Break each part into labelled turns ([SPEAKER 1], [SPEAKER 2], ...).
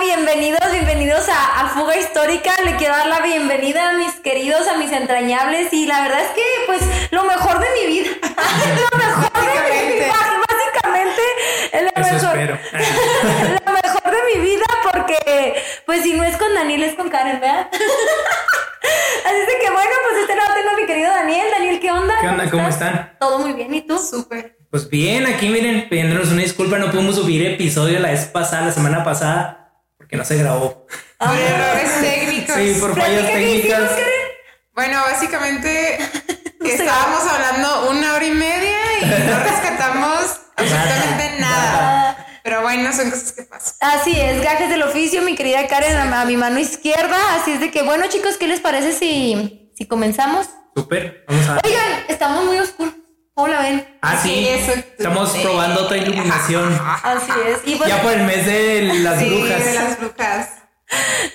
[SPEAKER 1] bienvenidos, bienvenidos a, a, Fuga Histórica. Le quiero dar la bienvenida a mis queridos, a mis entrañables y la verdad es que pues lo mejor de mi vida, lo mejor de mi vida, básicamente es lo
[SPEAKER 2] Eso
[SPEAKER 1] mejor.
[SPEAKER 2] espero.
[SPEAKER 1] lo mejor de mi vida porque pues si no es con Daniel es con Karen, ¿verdad? Así es de que bueno, pues este lado tengo a mi querido Daniel. Daniel, ¿qué onda?
[SPEAKER 2] ¿Qué onda? ¿Cómo están?
[SPEAKER 1] Todo muy bien, ¿y tú?
[SPEAKER 3] Súper.
[SPEAKER 2] Pues bien, aquí miren, pidiéndonos una disculpa, no pudimos subir episodio la vez pasada, la semana pasada, porque no se grabó.
[SPEAKER 3] Por
[SPEAKER 1] Ah,
[SPEAKER 3] errores técnicos.
[SPEAKER 2] Sí, por fallas
[SPEAKER 1] platica qué hicimos,
[SPEAKER 2] técnicas.
[SPEAKER 1] Karen.
[SPEAKER 3] Bueno, básicamente estábamos hablando una hora y media y no rescatamos absolutamente nada. Pero bueno, son cosas que pasan.
[SPEAKER 1] Así es, gajes del oficio, mi querida Karen, a, a mi mano izquierda. Así es de que, bueno, chicos, ¿qué les parece si, si comenzamos?
[SPEAKER 2] Súper, vamos a...
[SPEAKER 1] Oigan, estamos muy oscuros. ¿Cómo la ven?
[SPEAKER 2] Ah, sí,
[SPEAKER 3] Sí, eso.
[SPEAKER 2] estamos probando otra iluminación.
[SPEAKER 1] Así es. Y pues,
[SPEAKER 2] Ya por el mes de las
[SPEAKER 3] sí,
[SPEAKER 2] brujas.
[SPEAKER 3] de las brujas.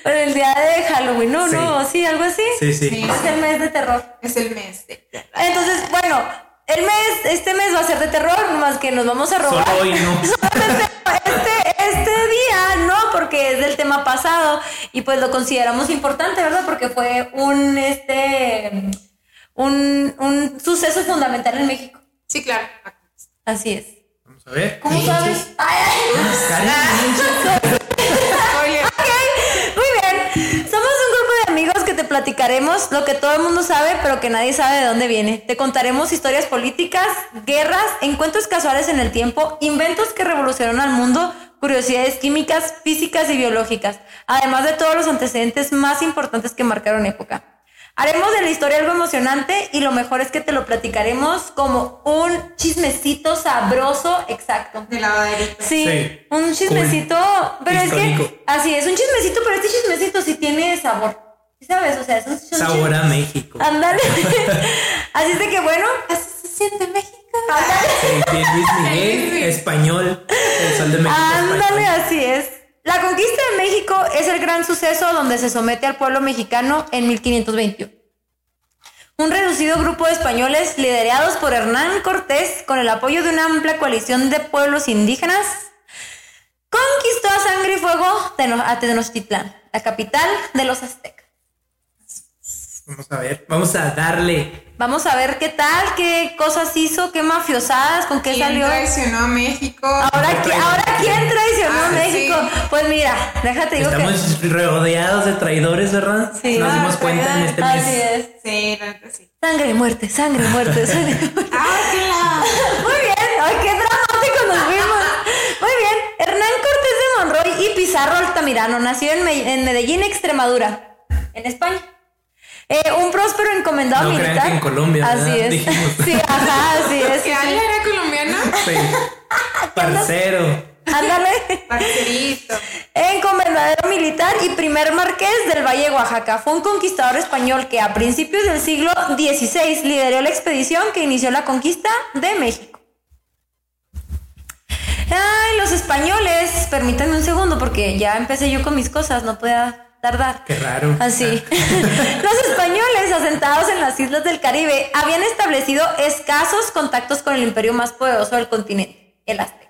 [SPEAKER 1] por el día de Halloween, ¿no?
[SPEAKER 2] Sí.
[SPEAKER 1] ¿No? ¿Sí? ¿Algo así?
[SPEAKER 2] Sí, sí.
[SPEAKER 3] Sí.
[SPEAKER 1] Es el mes de terror.
[SPEAKER 3] Es el mes de.
[SPEAKER 1] Entonces, bueno, el mes, este mes va a ser de terror, más que nos vamos a robar.
[SPEAKER 2] Solo hoy no.
[SPEAKER 1] Este, este día, ¿no? Porque es del tema pasado y pues lo consideramos importante, ¿verdad? Porque fue un, este, un, un suceso fundamental en México.
[SPEAKER 3] Sí, claro.
[SPEAKER 1] Así es.
[SPEAKER 2] Vamos a ver.
[SPEAKER 1] ¿Cómo sabes? Ay, ay.
[SPEAKER 2] Karen,
[SPEAKER 3] Ah. Spoiler.
[SPEAKER 1] Muy bien. Somos un grupo de amigos que te platicaremos lo que todo el mundo sabe, pero que nadie sabe de dónde viene. Te contaremos historias políticas, guerras, encuentros casuales en el tiempo, inventos que revolucionaron al mundo, curiosidades químicas, físicas y biológicas, además de todos los antecedentes más importantes que marcaron época. Haremos de la historia algo emocionante y lo mejor es que te lo platicaremos como un chismecito sabroso exacto.
[SPEAKER 3] De lavaderita.
[SPEAKER 1] Sí,
[SPEAKER 2] Sí.
[SPEAKER 1] un chismecito, pero es
[SPEAKER 2] Histórico.
[SPEAKER 1] que así es, un chismecito, pero este chismecito sí tiene sabor. ¿Sí ¿Sabes? O sea, es un son
[SPEAKER 2] Sabor a
[SPEAKER 1] chismes-
[SPEAKER 2] México.
[SPEAKER 1] Ándale. así es de que bueno,
[SPEAKER 3] Así se siente México.
[SPEAKER 1] ándale,
[SPEAKER 2] Sí, sí, Luis
[SPEAKER 3] Luis
[SPEAKER 2] Miguel,
[SPEAKER 3] Miguel.
[SPEAKER 2] español. El sol de México. español.
[SPEAKER 1] ándale, así es. La conquista de México es el gran suceso donde se somete al pueblo mexicano en 1521. Un reducido grupo de españoles liderados por Hernán Cortés con el apoyo de una amplia coalición de pueblos indígenas conquistó a sangre y fuego Teno- a Tenochtitlán, la capital de los aztecas.
[SPEAKER 2] Vamos a ver. Vamos a darle.
[SPEAKER 1] Vamos a ver qué tal, qué cosas hizo, qué mafiosadas, con qué
[SPEAKER 3] ¿Quién
[SPEAKER 1] salió. Ah.
[SPEAKER 3] traicionó a México?
[SPEAKER 1] Ahora, qui- ahora quién traicionó a
[SPEAKER 3] Ah,
[SPEAKER 1] México.
[SPEAKER 3] sí.
[SPEAKER 1] Pues mira, déjate digo que
[SPEAKER 2] Estamos rodeados de traidores, ¿verdad?
[SPEAKER 1] Sí.
[SPEAKER 2] Nos dimos cuenta en este mes.
[SPEAKER 1] así es.
[SPEAKER 3] Sí, la neta sí.
[SPEAKER 1] Sangre y muerte, sangre y muerte, sangre y muerte.
[SPEAKER 3] ¡Ah,
[SPEAKER 1] Muy bien, ay, qué dramático nos fuimos. Muy bien, Hernán Cortés de Monroy y Pizarro Altamirano nació en, Me- en Medellín, Extremadura, en España. Eh, un próspero encomendado
[SPEAKER 2] No crean
[SPEAKER 1] militar.
[SPEAKER 2] que en Colombia,
[SPEAKER 1] Así
[SPEAKER 2] ¿verdad?
[SPEAKER 1] es.
[SPEAKER 2] Dijimos.
[SPEAKER 1] Sí, ajá, así es. sí, sí.
[SPEAKER 3] ¿Que Ale era colombiano?
[SPEAKER 2] Sí. Parcero.
[SPEAKER 1] Ándale.
[SPEAKER 3] Parcerito.
[SPEAKER 1] Encomendadero militar y primer marqués del Valle de Oaxaca. Fue un conquistador español que a principios del siglo XVI lideró la expedición que inició la conquista de México. Ay, los españoles, permítanme un segundo porque ya empecé yo con mis cosas, no podía tardar.
[SPEAKER 2] Qué raro.
[SPEAKER 1] Así. Los españoles asentados en las islas del Caribe habían establecido escasos contactos con el imperio más poderoso del continente, el Azteca.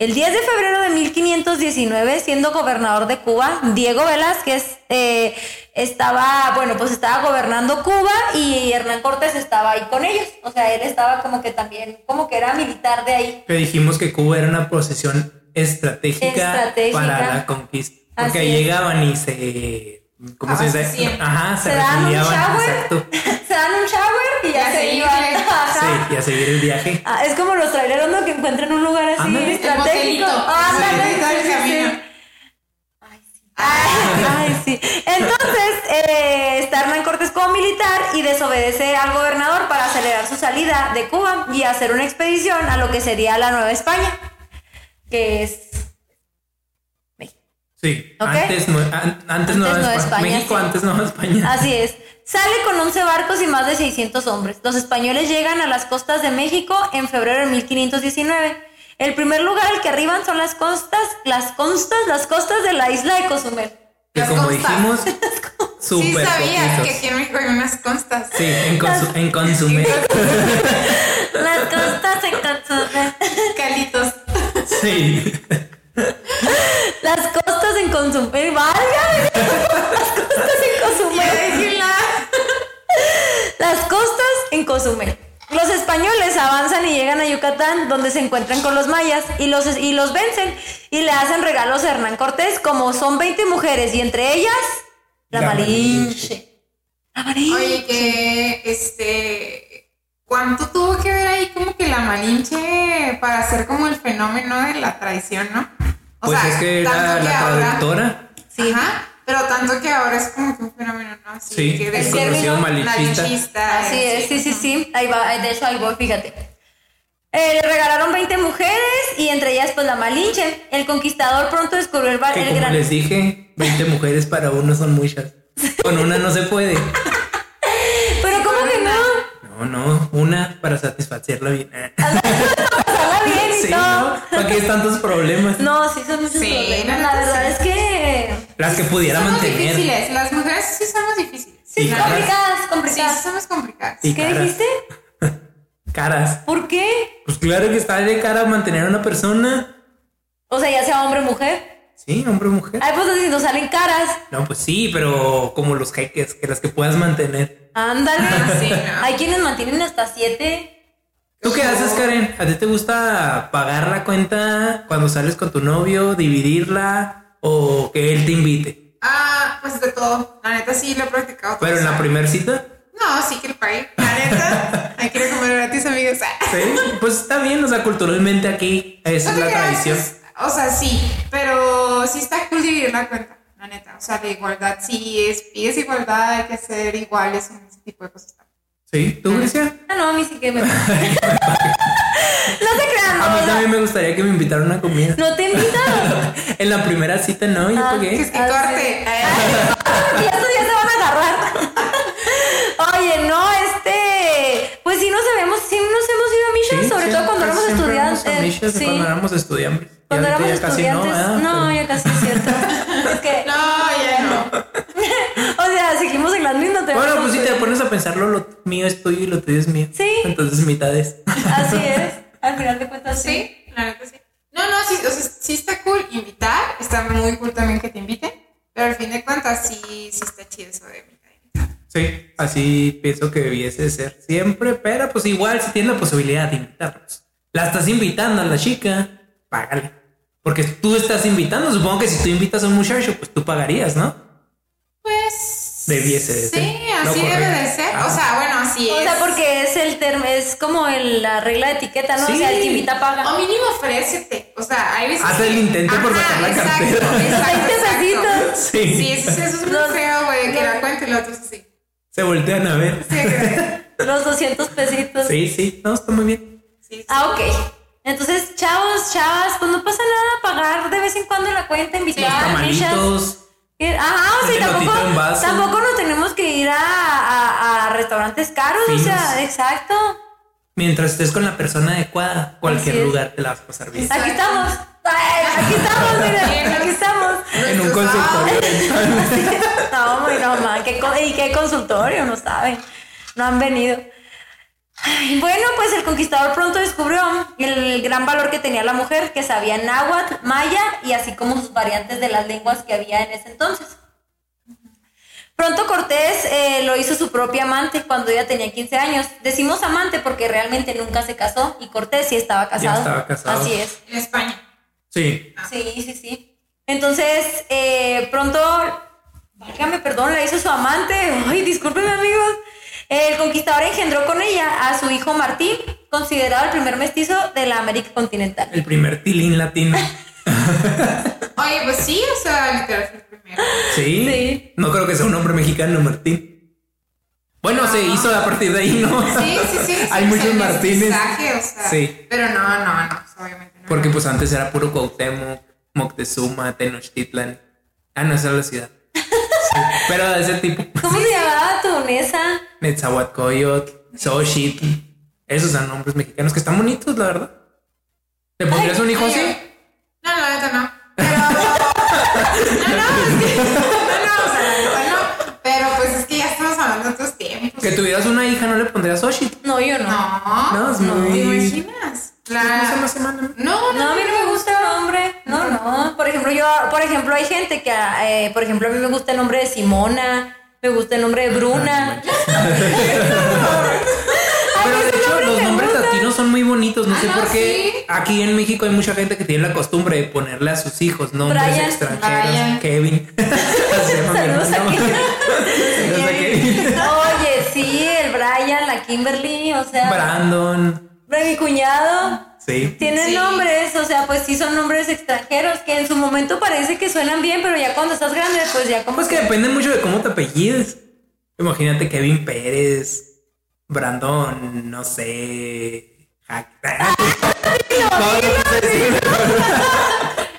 [SPEAKER 1] El 10 de febrero de 1519, siendo gobernador de Cuba, Diego Velázquez eh, estaba, bueno, pues estaba gobernando Cuba y Hernán Cortés estaba ahí con ellos. O sea, él estaba como que también, como que era militar de ahí.
[SPEAKER 2] Que dijimos que Cuba era una posición estratégica,
[SPEAKER 1] Estratégica.
[SPEAKER 2] para la conquista. Porque
[SPEAKER 1] Así es.
[SPEAKER 2] llegaban y se. ¿Cómo se dice?
[SPEAKER 3] Abastecían.
[SPEAKER 2] Ajá, se,
[SPEAKER 1] Se daban un
[SPEAKER 2] refugiaban,
[SPEAKER 1] shower.
[SPEAKER 2] Exacto.
[SPEAKER 1] Se dan un shower y ya
[SPEAKER 3] Ya
[SPEAKER 1] se
[SPEAKER 3] se
[SPEAKER 1] iban.
[SPEAKER 3] iban.
[SPEAKER 1] Ajá.
[SPEAKER 2] Sí, y a seguir el viaje.
[SPEAKER 1] Ah, es como los traileros, ¿no? Que encuentran un lugar así
[SPEAKER 2] Ándale.
[SPEAKER 1] estratégico.
[SPEAKER 3] El motelito.
[SPEAKER 1] Ándale,
[SPEAKER 3] Ah, Sí, todo el
[SPEAKER 1] sí, sí,
[SPEAKER 3] camino.
[SPEAKER 1] sí. Ay, sí. Entonces, eh, está Hernán Cortés como militar y desobedece al gobernador para acelerar su salida de Cuba y hacer una expedición a lo que sería la Nueva España, que es
[SPEAKER 2] Sí.
[SPEAKER 1] Ok.
[SPEAKER 2] Antes, no, an- antes, Nueva
[SPEAKER 1] Nueva
[SPEAKER 2] Espa-
[SPEAKER 1] España,
[SPEAKER 2] México,
[SPEAKER 1] sí.
[SPEAKER 2] antes Nueva España.
[SPEAKER 1] Así es. Sale con 11 barcos y más de 600 hombres. Los españoles llegan a las costas de México en febrero de 1519. El primer lugar al que arriban son las costas, las costas, las costas de la isla de Cozumel.
[SPEAKER 2] que
[SPEAKER 3] Las
[SPEAKER 2] como
[SPEAKER 3] constas.
[SPEAKER 2] dijimos,
[SPEAKER 3] Sí,
[SPEAKER 2] súper
[SPEAKER 3] sabía que
[SPEAKER 2] poquitos.
[SPEAKER 3] aquí en México hay unas constas.
[SPEAKER 2] Sí, en, consu- en consumir.
[SPEAKER 1] Las costas de Cozumel.
[SPEAKER 3] Calitos.
[SPEAKER 2] Sí.
[SPEAKER 1] Las costas en consumir. ¡Válgame! Las costas en consumir. Las costas en Cozumel. Los españoles avanzan y llegan a Yucatán, donde se encuentran con los mayas y los, y los vencen y le hacen regalos a Hernán Cortés, como son 20 mujeres y entre ellas la,
[SPEAKER 2] La
[SPEAKER 1] Malinche. La Malinche.
[SPEAKER 3] Oye, que este. ¿Cuánto tuvo que ver ahí como que la Malinche para hacer como el fenómeno de la traición, no? O
[SPEAKER 2] Pues es que era
[SPEAKER 3] tanto
[SPEAKER 2] la
[SPEAKER 3] ahora-
[SPEAKER 2] traductora.
[SPEAKER 1] Sí.
[SPEAKER 3] Ajá, pero tanto que ahora es como que un fenómeno, ¿no? Así
[SPEAKER 2] Sí,
[SPEAKER 3] que
[SPEAKER 2] el
[SPEAKER 3] del
[SPEAKER 2] conocido
[SPEAKER 3] término
[SPEAKER 2] malinchista.
[SPEAKER 3] malinchista,
[SPEAKER 1] Así
[SPEAKER 3] eh,
[SPEAKER 1] es, sí, sí, sí. Ahí va, ahí- de hecho ahí voy, fíjate. Eh, le regalaron 20 mujeres y entre ellas pues la Malinche. El conquistador pronto descubrió el, va-
[SPEAKER 2] Que
[SPEAKER 1] el
[SPEAKER 2] como
[SPEAKER 1] gran...
[SPEAKER 2] les dije, 20 mujeres para uno son muchas. Con una no se puede.
[SPEAKER 1] Pero ¿cómo que no?
[SPEAKER 2] No, no, una para satisfacerla bien.
[SPEAKER 1] Pasarla bien y
[SPEAKER 2] Sí,
[SPEAKER 1] todo.
[SPEAKER 2] ¿no? ¿Para qué tantos problemas?
[SPEAKER 1] No, sí son muchos
[SPEAKER 3] Sí,
[SPEAKER 1] problemas.
[SPEAKER 3] la
[SPEAKER 1] La
[SPEAKER 3] neta
[SPEAKER 1] verdad es que...
[SPEAKER 2] Las que pudiera
[SPEAKER 3] somos
[SPEAKER 2] mantener.
[SPEAKER 3] difíciles, las mujeres sí somos difíciles.
[SPEAKER 2] Sí,
[SPEAKER 3] la
[SPEAKER 2] claro.
[SPEAKER 3] verdad.
[SPEAKER 1] Complicadas,
[SPEAKER 3] Sí,
[SPEAKER 1] complicadas.
[SPEAKER 3] sí somos complicadas.
[SPEAKER 2] Sí.
[SPEAKER 1] ¿Qué
[SPEAKER 2] caras.
[SPEAKER 1] dijiste?
[SPEAKER 2] Caras.
[SPEAKER 1] ¿Por qué?
[SPEAKER 2] Pues claro que está de cara mantener a una persona.
[SPEAKER 1] O sea, ya sea hombre o mujer.
[SPEAKER 2] Sí, hombre o mujer.
[SPEAKER 1] Ay, pues si nos salen caras.
[SPEAKER 2] No, pues sí, pero como los jeques, que las que puedas mantener.
[SPEAKER 1] Ándale.
[SPEAKER 3] Ah, Sí, no.
[SPEAKER 1] Hay quienes mantienen hasta siete.
[SPEAKER 2] ¿Tú qué haces, Karen? ¿A ti te gusta pagar la cuenta cuando sales con tu novio, dividirla o que él te invite?
[SPEAKER 3] Ah, pues de todo. La neta sí lo he practicado.
[SPEAKER 2] Pero en la
[SPEAKER 3] primera.
[SPEAKER 2] primera cita,
[SPEAKER 3] No, sí que el pague. La neta, hay que ir a comer gratis, amigos. Ah.
[SPEAKER 2] sí, pues está bien, o sea, culturalmente aquí esa
[SPEAKER 3] No
[SPEAKER 2] es
[SPEAKER 3] te
[SPEAKER 2] la
[SPEAKER 3] creas,
[SPEAKER 2] tradición.
[SPEAKER 3] pues, O sea, sí, pero sí está cool dividir la cuenta, la neta. O sea, la igualdad sí es, pides igualdad, hay que ser iguales en ese tipo de cosas.
[SPEAKER 2] Sí, ¿tú, Grecia?
[SPEAKER 1] Ah, no, a mí sí que me. no te crean,
[SPEAKER 2] A
[SPEAKER 1] no.
[SPEAKER 2] mí
[SPEAKER 1] o sea,
[SPEAKER 2] también me gustaría que me invitaran a una comida.
[SPEAKER 1] No te invitan.
[SPEAKER 2] En la primera cita, no, yo
[SPEAKER 1] Ah,
[SPEAKER 3] Que
[SPEAKER 2] pagué.
[SPEAKER 3] es que
[SPEAKER 1] Ah,
[SPEAKER 3] corte.
[SPEAKER 1] Y estos ya se van a agarrar. Oye, no, este. Pues sí nos sabemos, sí nos hemos ido a Misha,
[SPEAKER 2] Sí,
[SPEAKER 1] sobre
[SPEAKER 2] sí,
[SPEAKER 1] todo cuando
[SPEAKER 2] casi
[SPEAKER 1] éramos
[SPEAKER 2] siempre
[SPEAKER 1] estudiantes.
[SPEAKER 2] éramos amigas de
[SPEAKER 1] sí.
[SPEAKER 2] Cuando éramos estudiantes. Y
[SPEAKER 1] Cuando
[SPEAKER 2] ahorita
[SPEAKER 1] éramos
[SPEAKER 2] ya casi
[SPEAKER 1] estudiantes.
[SPEAKER 2] ¿verdad?
[SPEAKER 1] no,
[SPEAKER 2] Pero-
[SPEAKER 1] ya casi es cierto. es que.
[SPEAKER 3] No, ya no.
[SPEAKER 1] o sea, seguimos en las mismas. tenemos
[SPEAKER 2] Bueno, pues si
[SPEAKER 1] un-
[SPEAKER 2] te pones a pensarlo, lo mío es tuyo y lo tuyo es mío.
[SPEAKER 1] Sí.
[SPEAKER 2] Entonces mitades.
[SPEAKER 1] Así es. Al final de cuentas, sí.
[SPEAKER 3] Sí, la neta sí. No, no, sí, o sea, sí está cool invitar, está muy cool también que te inviten, pero al fin de cuentas sí, sí está chido eso de invitar.
[SPEAKER 2] Sí, así pienso que debiese ser siempre, pero pues igual si tienes la posibilidad de invitarlos. La estás invitando a la chica, págale. Porque tú estás invitando, supongo que si tú invitas a un muchacho, pues tú pagarías, ¿no?
[SPEAKER 3] Pues.
[SPEAKER 2] Debiese de ser.
[SPEAKER 3] Sí,
[SPEAKER 2] Lo
[SPEAKER 3] así debe
[SPEAKER 2] correcto.
[SPEAKER 3] de ser.
[SPEAKER 2] Ah.
[SPEAKER 3] O sea, bueno, así
[SPEAKER 1] O
[SPEAKER 3] es.
[SPEAKER 1] sea, porque es el term, es como el- la regla de etiqueta, ¿no? O sea, el que
[SPEAKER 2] Sí.
[SPEAKER 1] invita paga.
[SPEAKER 3] O mínimo ofrécete. O sea, hay veces.
[SPEAKER 2] Haz
[SPEAKER 3] que-
[SPEAKER 2] el intento por
[SPEAKER 3] Ajá,
[SPEAKER 2] sacar la
[SPEAKER 3] exacto,
[SPEAKER 2] cartera.
[SPEAKER 3] Exacto,
[SPEAKER 1] Veinte
[SPEAKER 3] exacto.
[SPEAKER 1] pesitos.
[SPEAKER 2] Sí.
[SPEAKER 3] Sí, eso, es- eso es
[SPEAKER 1] Los-
[SPEAKER 3] muy feo, güey, que
[SPEAKER 1] los-
[SPEAKER 3] la cuenta y la otra es así.
[SPEAKER 2] Se voltean a ver.
[SPEAKER 3] Sí, güey.
[SPEAKER 1] Los 200 pesitos.
[SPEAKER 2] Sí, sí, no, está muy bien.
[SPEAKER 3] Sí, sí.
[SPEAKER 1] Ah, ok. Entonces, chavos, chavas, pues no pasa nada pagar de vez en cuando la cuenta,
[SPEAKER 2] Los
[SPEAKER 1] invitar a nichas.
[SPEAKER 2] tamalitos.
[SPEAKER 1] Eh, Ajá, o
[SPEAKER 2] Un
[SPEAKER 1] sea,
[SPEAKER 2] elotito
[SPEAKER 1] tampoco,
[SPEAKER 2] en vaso.
[SPEAKER 1] tampoco nos tenemos que ir a, a- a restaurantes caros, o sea,
[SPEAKER 2] Finos.
[SPEAKER 1] exacto.
[SPEAKER 2] Mientras estés con la persona adecuada, cualquier
[SPEAKER 1] Así es.
[SPEAKER 2] lugar te la vas a pasar bien.
[SPEAKER 1] Aquí estamos. Ay, aquí estamos, miren, aquí estamos.
[SPEAKER 2] En un
[SPEAKER 3] Nuestros-
[SPEAKER 2] consultorio.
[SPEAKER 1] No, hombre, no, man. ¿Qué, co- ¿Y qué consultorio? No saben. No han venido. Ay, Bueno, pues el conquistador pronto descubrió el gran valor que tenía la mujer, que sabía náhuatl, maya y así como sus variantes de las lenguas que había en ese entonces. Pronto Cortés eh, lo hizo su propia amante cuando ella tenía 15 años. Decimos amante porque realmente nunca se casó y Cortés sí estaba casado.
[SPEAKER 2] estaba casado.
[SPEAKER 1] Así es.
[SPEAKER 3] En España.
[SPEAKER 2] Sí.
[SPEAKER 1] Sí, sí, sí. Entonces, eh, pronto, válgame, perdón, la hizo su amante. Ay, discúlpenme, amigos. El conquistador engendró con ella a su hijo Martín, considerado el primer mestizo de la América continental.
[SPEAKER 2] El primer tilín latino.
[SPEAKER 3] Oye, pues sí, o sea, literal fue el primero.
[SPEAKER 2] Sí.
[SPEAKER 1] Sí.
[SPEAKER 2] No creo que sea un hombre mexicano, Martín. Bueno, se hizo a partir de ahí, ¿no?
[SPEAKER 3] Sí, sí, sí. sí,
[SPEAKER 2] Hay
[SPEAKER 3] o sea,
[SPEAKER 2] muchos
[SPEAKER 3] el
[SPEAKER 2] Martínez.
[SPEAKER 3] mestizaje, o sea,
[SPEAKER 2] Sí.
[SPEAKER 3] Pero no, no, no, pues, obviamente no.
[SPEAKER 2] Porque pues antes era puro Cuauhtémoc, Moctezuma, Tenochtitlan. Ah, no, esa es la ciudad. Sí, Pero de ese tipo.
[SPEAKER 1] ¿Cómo se llamaba tu unesa?
[SPEAKER 2] Netzahualcoyotl, Xochitl. Esos son nombres mexicanos que están bonitos, la verdad. ¿Le pondrías un hijo así?
[SPEAKER 3] Oye, eh. No, la neta no. Pero. no, no, es que- no, no, o sea, la neta no. Pero pues es que ya estamos hablando de otros tiempos.
[SPEAKER 2] Que tuvieras una hija, no le pondrías Xochitl.
[SPEAKER 1] No, yo no. No,
[SPEAKER 3] No,
[SPEAKER 2] No, es
[SPEAKER 3] ¿Te
[SPEAKER 2] muy.
[SPEAKER 3] imaginas?
[SPEAKER 2] No se me
[SPEAKER 3] La...
[SPEAKER 2] hace mal, ¿no?
[SPEAKER 3] No, no,
[SPEAKER 1] a mí no me gusta el nombre. No, no. Por ejemplo, ejemplo, yo, por ejemplo, hay gente que, eh, por ejemplo, a mí me gusta el nombre de Simona, me gusta el nombre de Bruna.
[SPEAKER 2] Ah, Pero de hecho, los nombres latinos son muy bonitos. No sé
[SPEAKER 3] Ajá,
[SPEAKER 2] por qué
[SPEAKER 3] sí.
[SPEAKER 2] aquí en México hay mucha gente que tiene la costumbre de ponerle a sus hijos nombres
[SPEAKER 1] Brian.
[SPEAKER 2] extranjeros.
[SPEAKER 3] Brian.
[SPEAKER 2] Kevin. Se llama mi
[SPEAKER 1] Saludos a
[SPEAKER 2] hermano.
[SPEAKER 1] Kevin.
[SPEAKER 2] Saludos a Kevin.
[SPEAKER 1] Oye, sí, el Brian, la Kimberly, o sea,
[SPEAKER 2] Brandon.
[SPEAKER 1] mi cuñado.
[SPEAKER 2] Sí.
[SPEAKER 1] Tienen
[SPEAKER 3] Sí.
[SPEAKER 1] nombres, o sea, pues sí son nombres extranjeros que en su momento parece que suenan bien, pero ya cuando estás grande, pues ya como
[SPEAKER 2] Pues que depende mucho de cómo te apellides. Imagínate Kevin Pérez, Brandon, no sé. Hack- No, no sé decir.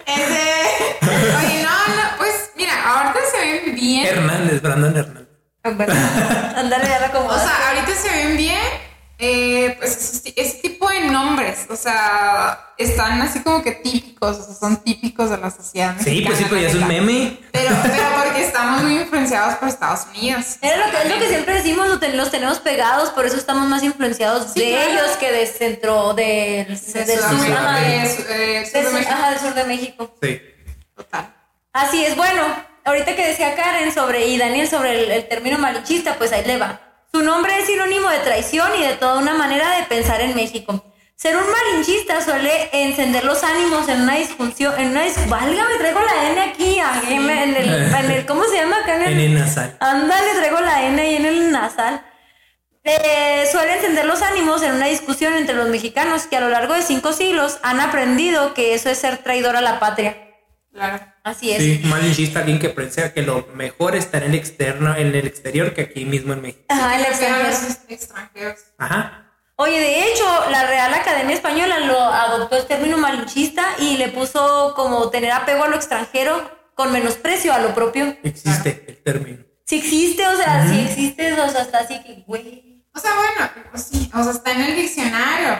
[SPEAKER 3] Ese. Oye, no, no, pues mira, ahorita se ven bien.
[SPEAKER 2] Hernández, Brandon Hernández.
[SPEAKER 1] Andarle ya la como.
[SPEAKER 3] O sea, ahorita se ven bien. eh, pues esos ti- ese tipo de nombres, o sea, están así como que típicos, o sea, son típicos de la sociedad.
[SPEAKER 2] Sí, pues sí,
[SPEAKER 3] mexicana,
[SPEAKER 2] pero ya es
[SPEAKER 3] la
[SPEAKER 2] un
[SPEAKER 3] neta.
[SPEAKER 2] meme.
[SPEAKER 3] Pero, pero porque estamos muy influenciados por Estados Unidos.
[SPEAKER 1] Era lo que, es lo que siempre decimos, lo ten- los tenemos pegados, por eso estamos más influenciados
[SPEAKER 3] Sí,
[SPEAKER 1] de
[SPEAKER 3] claro.
[SPEAKER 1] ellos que de centro, del,
[SPEAKER 3] De
[SPEAKER 1] del sur,
[SPEAKER 3] Sudamérica,
[SPEAKER 1] ajá,
[SPEAKER 3] de
[SPEAKER 1] del-
[SPEAKER 3] Su- eh,
[SPEAKER 1] del sur-
[SPEAKER 3] Sudamérica.
[SPEAKER 1] ajá, del sur de México.
[SPEAKER 2] Sí.
[SPEAKER 3] Total.
[SPEAKER 1] Así es, bueno, ahorita que decía Karen sobre y Daniel sobre el, el término malinchista, pues ahí le va. Su nombre es sinónimo de traición y de toda una manera de pensar en México. Ser un malinchista suele encender los ánimos en una discusión, en una dis- válgame, traigo la N aquí, ajeme, en, el, en el- ¿cómo se llama acá?
[SPEAKER 2] En el nasal.
[SPEAKER 1] Ándale, traigo la N ahí en el nasal. Eh, suele encender los ánimos en una discusión entre los mexicanos que a lo largo de cinco siglos han aprendido que eso es ser traidor a la patria.
[SPEAKER 3] Claro.
[SPEAKER 1] Así es.
[SPEAKER 2] Sí, malinchista alguien que piensa que lo mejor está en el externo, en el exterior que aquí mismo en México.
[SPEAKER 1] Ajá, el
[SPEAKER 3] Pero
[SPEAKER 1] extranjero.
[SPEAKER 3] los extranjeros.
[SPEAKER 2] Ajá.
[SPEAKER 1] Oye, de hecho, la Real Academia Española lo adoptó el término malinchista y le puso como tener apego a lo extranjero con menosprecio a lo propio.
[SPEAKER 2] Existe el término.
[SPEAKER 1] Si existe, o sea, si existe, o sea, está así que, güey.
[SPEAKER 3] O sea, bueno, pues sí, o sea, está en el diccionario.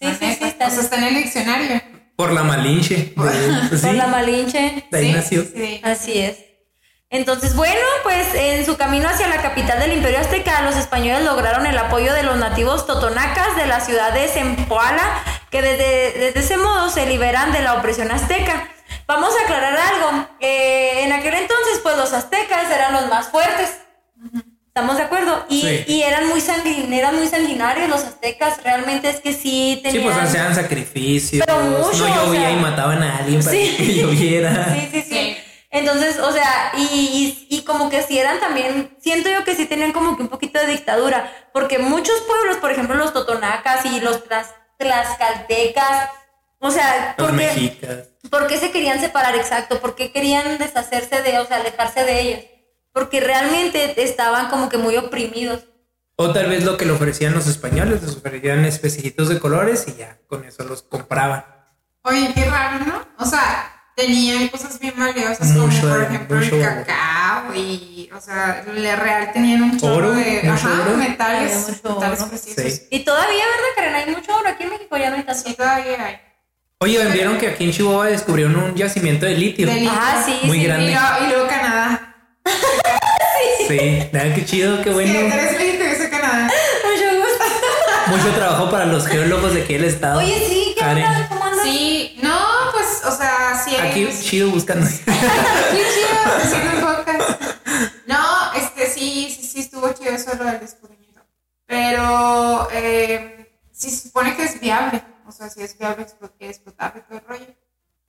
[SPEAKER 1] Sí,
[SPEAKER 3] La
[SPEAKER 1] sí, sí,
[SPEAKER 3] neta,
[SPEAKER 1] está
[SPEAKER 3] O sea, está en el diccionario.
[SPEAKER 2] Por la malinche. De- sí,
[SPEAKER 1] Por la malinche.
[SPEAKER 2] de ahí
[SPEAKER 3] sí,
[SPEAKER 2] nació.
[SPEAKER 3] sí.
[SPEAKER 1] Así es. Entonces, bueno, pues en su camino hacia la capital del Imperio Azteca, los españoles lograron el apoyo de los nativos totonacas de la ciudad de Zempoala, que desde, desde ese modo se liberan de la opresión azteca. Vamos a aclarar algo. eh, en aquel entonces, pues los aztecas eran los más fuertes. ¿Estamos de acuerdo? Y,
[SPEAKER 2] Sí.
[SPEAKER 1] y eran, muy sanguin- eran muy sanguinarios los aztecas. Realmente es que sí
[SPEAKER 2] Sí,
[SPEAKER 1] tenían...
[SPEAKER 2] pues hacían sacrificios.
[SPEAKER 1] Pero mucho,
[SPEAKER 2] no
[SPEAKER 1] o
[SPEAKER 2] llovía
[SPEAKER 1] sea.
[SPEAKER 2] y mataban a alguien para
[SPEAKER 1] Sí.
[SPEAKER 2] que lloviera.
[SPEAKER 1] Sí, sí, sí.
[SPEAKER 3] Sí.
[SPEAKER 1] Entonces, o sea, y, y, y como que si eran también, siento yo que sí tenían como que un poquito de dictadura, porque muchos pueblos, por ejemplo, los totonacas y los tlas- tlaxcaltecas, o sea,
[SPEAKER 2] Los
[SPEAKER 1] porque,
[SPEAKER 2] mexicas.
[SPEAKER 1] porque se querían separar, exacto, porque querían deshacerse de, o sea, alejarse de ellos, porque realmente estaban como que muy oprimidos.
[SPEAKER 2] O tal vez lo que le ofrecían los españoles, les ofrecían especijitos de colores y ya con eso los compraban.
[SPEAKER 3] Oye, qué raro, ¿no? O sea, tenían cosas bien valiosas
[SPEAKER 2] Mucho,
[SPEAKER 3] como por ejemplo
[SPEAKER 2] mucho.
[SPEAKER 3] el cacao y, o sea, la real tenían un chorro
[SPEAKER 2] Oro,
[SPEAKER 3] de
[SPEAKER 2] mucho
[SPEAKER 3] ajá,
[SPEAKER 2] oro.
[SPEAKER 1] Había
[SPEAKER 3] metales,
[SPEAKER 1] mucho
[SPEAKER 3] metales
[SPEAKER 1] oro.
[SPEAKER 3] preciosos.
[SPEAKER 2] Sí.
[SPEAKER 1] Y todavía, ¿verdad, Karen? Hay mucho oro aquí en México, ya no hay tanto.
[SPEAKER 3] Sí, todavía hay.
[SPEAKER 2] Oye, vieron que aquí en Chihuahua descubrieron un yacimiento de litio.
[SPEAKER 3] De litio.
[SPEAKER 1] Ah, sí,
[SPEAKER 2] Muy
[SPEAKER 1] sí.
[SPEAKER 2] grande.
[SPEAKER 3] Y luego, y luego Canadá.
[SPEAKER 2] Sí, nada, qué chido, qué bueno.
[SPEAKER 3] Sí, eres bien interesa Canadá.
[SPEAKER 1] Mucho gusto.
[SPEAKER 2] Mucho trabajo para los geólogos de aquí del estado.
[SPEAKER 1] Oye, sí, ¿qué
[SPEAKER 2] Karen.
[SPEAKER 1] onda? ¿Cómo andas?
[SPEAKER 3] Sí, no, pues, o sea, sí hay.
[SPEAKER 2] Aquí chido buscando.
[SPEAKER 3] Qué chido, haciendo un podcast. No, este sí, sí, sí, estuvo chido eso lo del descubrimiento. Pero eh, sí se supone que es viable. O sea, sí es viable explo- explotarlo y todo el rollo.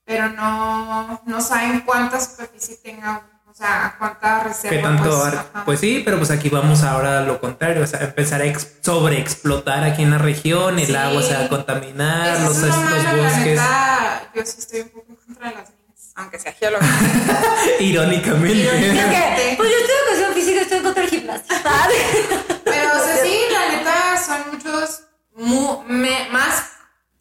[SPEAKER 3] Pero no, no saben cuánta superficie tenga, o sea, cuánta reserva.
[SPEAKER 2] ¿Qué tanto
[SPEAKER 3] pues,
[SPEAKER 2] abarca?
[SPEAKER 3] ajá.
[SPEAKER 2] Pues sí, pero pues aquí vamos ahora a lo contrario, o sea, empezar a ex- sobreexplotar aquí en la región, el
[SPEAKER 3] Sí.
[SPEAKER 2] agua se va a contaminar,
[SPEAKER 3] Eso
[SPEAKER 2] ah, los,
[SPEAKER 3] es lo
[SPEAKER 2] los
[SPEAKER 3] malo, la
[SPEAKER 2] bosques,
[SPEAKER 3] neta, yo sí estoy un poco en contra de las minas. Aunque sea geólogo.
[SPEAKER 1] Es
[SPEAKER 2] irónicamente.
[SPEAKER 1] que, pues yo estoy en educación física, estoy contra el gimnasio.
[SPEAKER 3] Pero, o sea, sí, la neta son muchos mu- me- más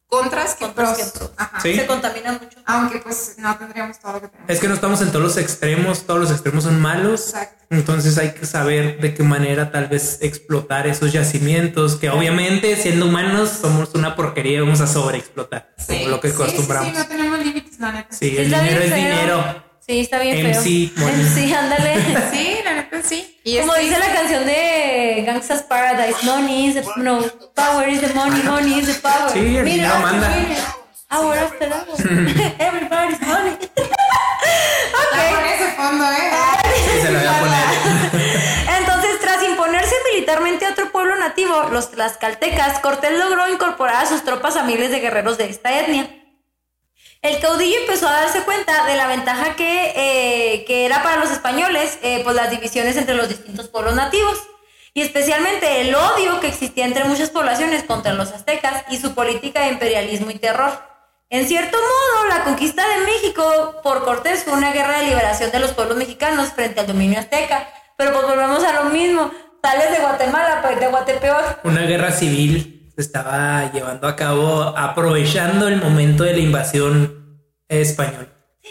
[SPEAKER 3] contras que
[SPEAKER 1] Contras
[SPEAKER 3] pros.
[SPEAKER 1] que pros.
[SPEAKER 3] Ajá.
[SPEAKER 2] Sí.
[SPEAKER 1] Se contamina mucho.
[SPEAKER 3] Aunque pues no tendríamos todo lo que tenemos.
[SPEAKER 2] Es que no estamos en todos los extremos, todos los extremos son malos,
[SPEAKER 3] Exacto.
[SPEAKER 2] entonces hay que saber de qué manera tal vez explotar esos yacimientos, que obviamente siendo humanos somos una porquería y vamos a sobreexplotar, como lo que
[SPEAKER 3] Sí, sí,
[SPEAKER 2] acostumbramos.
[SPEAKER 3] Sí, no tenemos límites, la neta.
[SPEAKER 2] Sí,
[SPEAKER 3] Sí,
[SPEAKER 1] Sí,
[SPEAKER 2] el
[SPEAKER 1] está
[SPEAKER 2] dinero es
[SPEAKER 1] bien feo.
[SPEAKER 2] dinero.
[SPEAKER 1] Sí, está bien
[SPEAKER 2] MC,
[SPEAKER 1] feo.
[SPEAKER 2] bueno.
[SPEAKER 1] Sí, ándale.
[SPEAKER 3] la neta sí. Y
[SPEAKER 1] Como
[SPEAKER 3] este-
[SPEAKER 1] dice la canción de Gangsta's Paradise, money is the, no, power is the money, money is the power.
[SPEAKER 2] Sí, el dinero
[SPEAKER 1] after
[SPEAKER 2] manda.
[SPEAKER 1] minute, Hour after hour, everybody's money.
[SPEAKER 3] ¿eh?
[SPEAKER 1] objetivo, los tlaxcaltecas, Cortés logró incorporar a sus tropas a miles de guerreros de esta etnia. El caudillo empezó a darse cuenta de la ventaja que, eh, que era para los españoles eh, pues las divisiones entre los distintos pueblos nativos y especialmente el odio que existía entre muchas poblaciones contra los aztecas y su política de imperialismo y terror. En cierto modo, la conquista de México por Cortés fue una guerra de liberación de los pueblos mexicanos frente al dominio azteca, pero pues volvemos a lo mismo, tales de Guatemala, pues, de Guatepeor.
[SPEAKER 2] Una guerra civil se estaba llevando a cabo aprovechando el momento de la invasión española.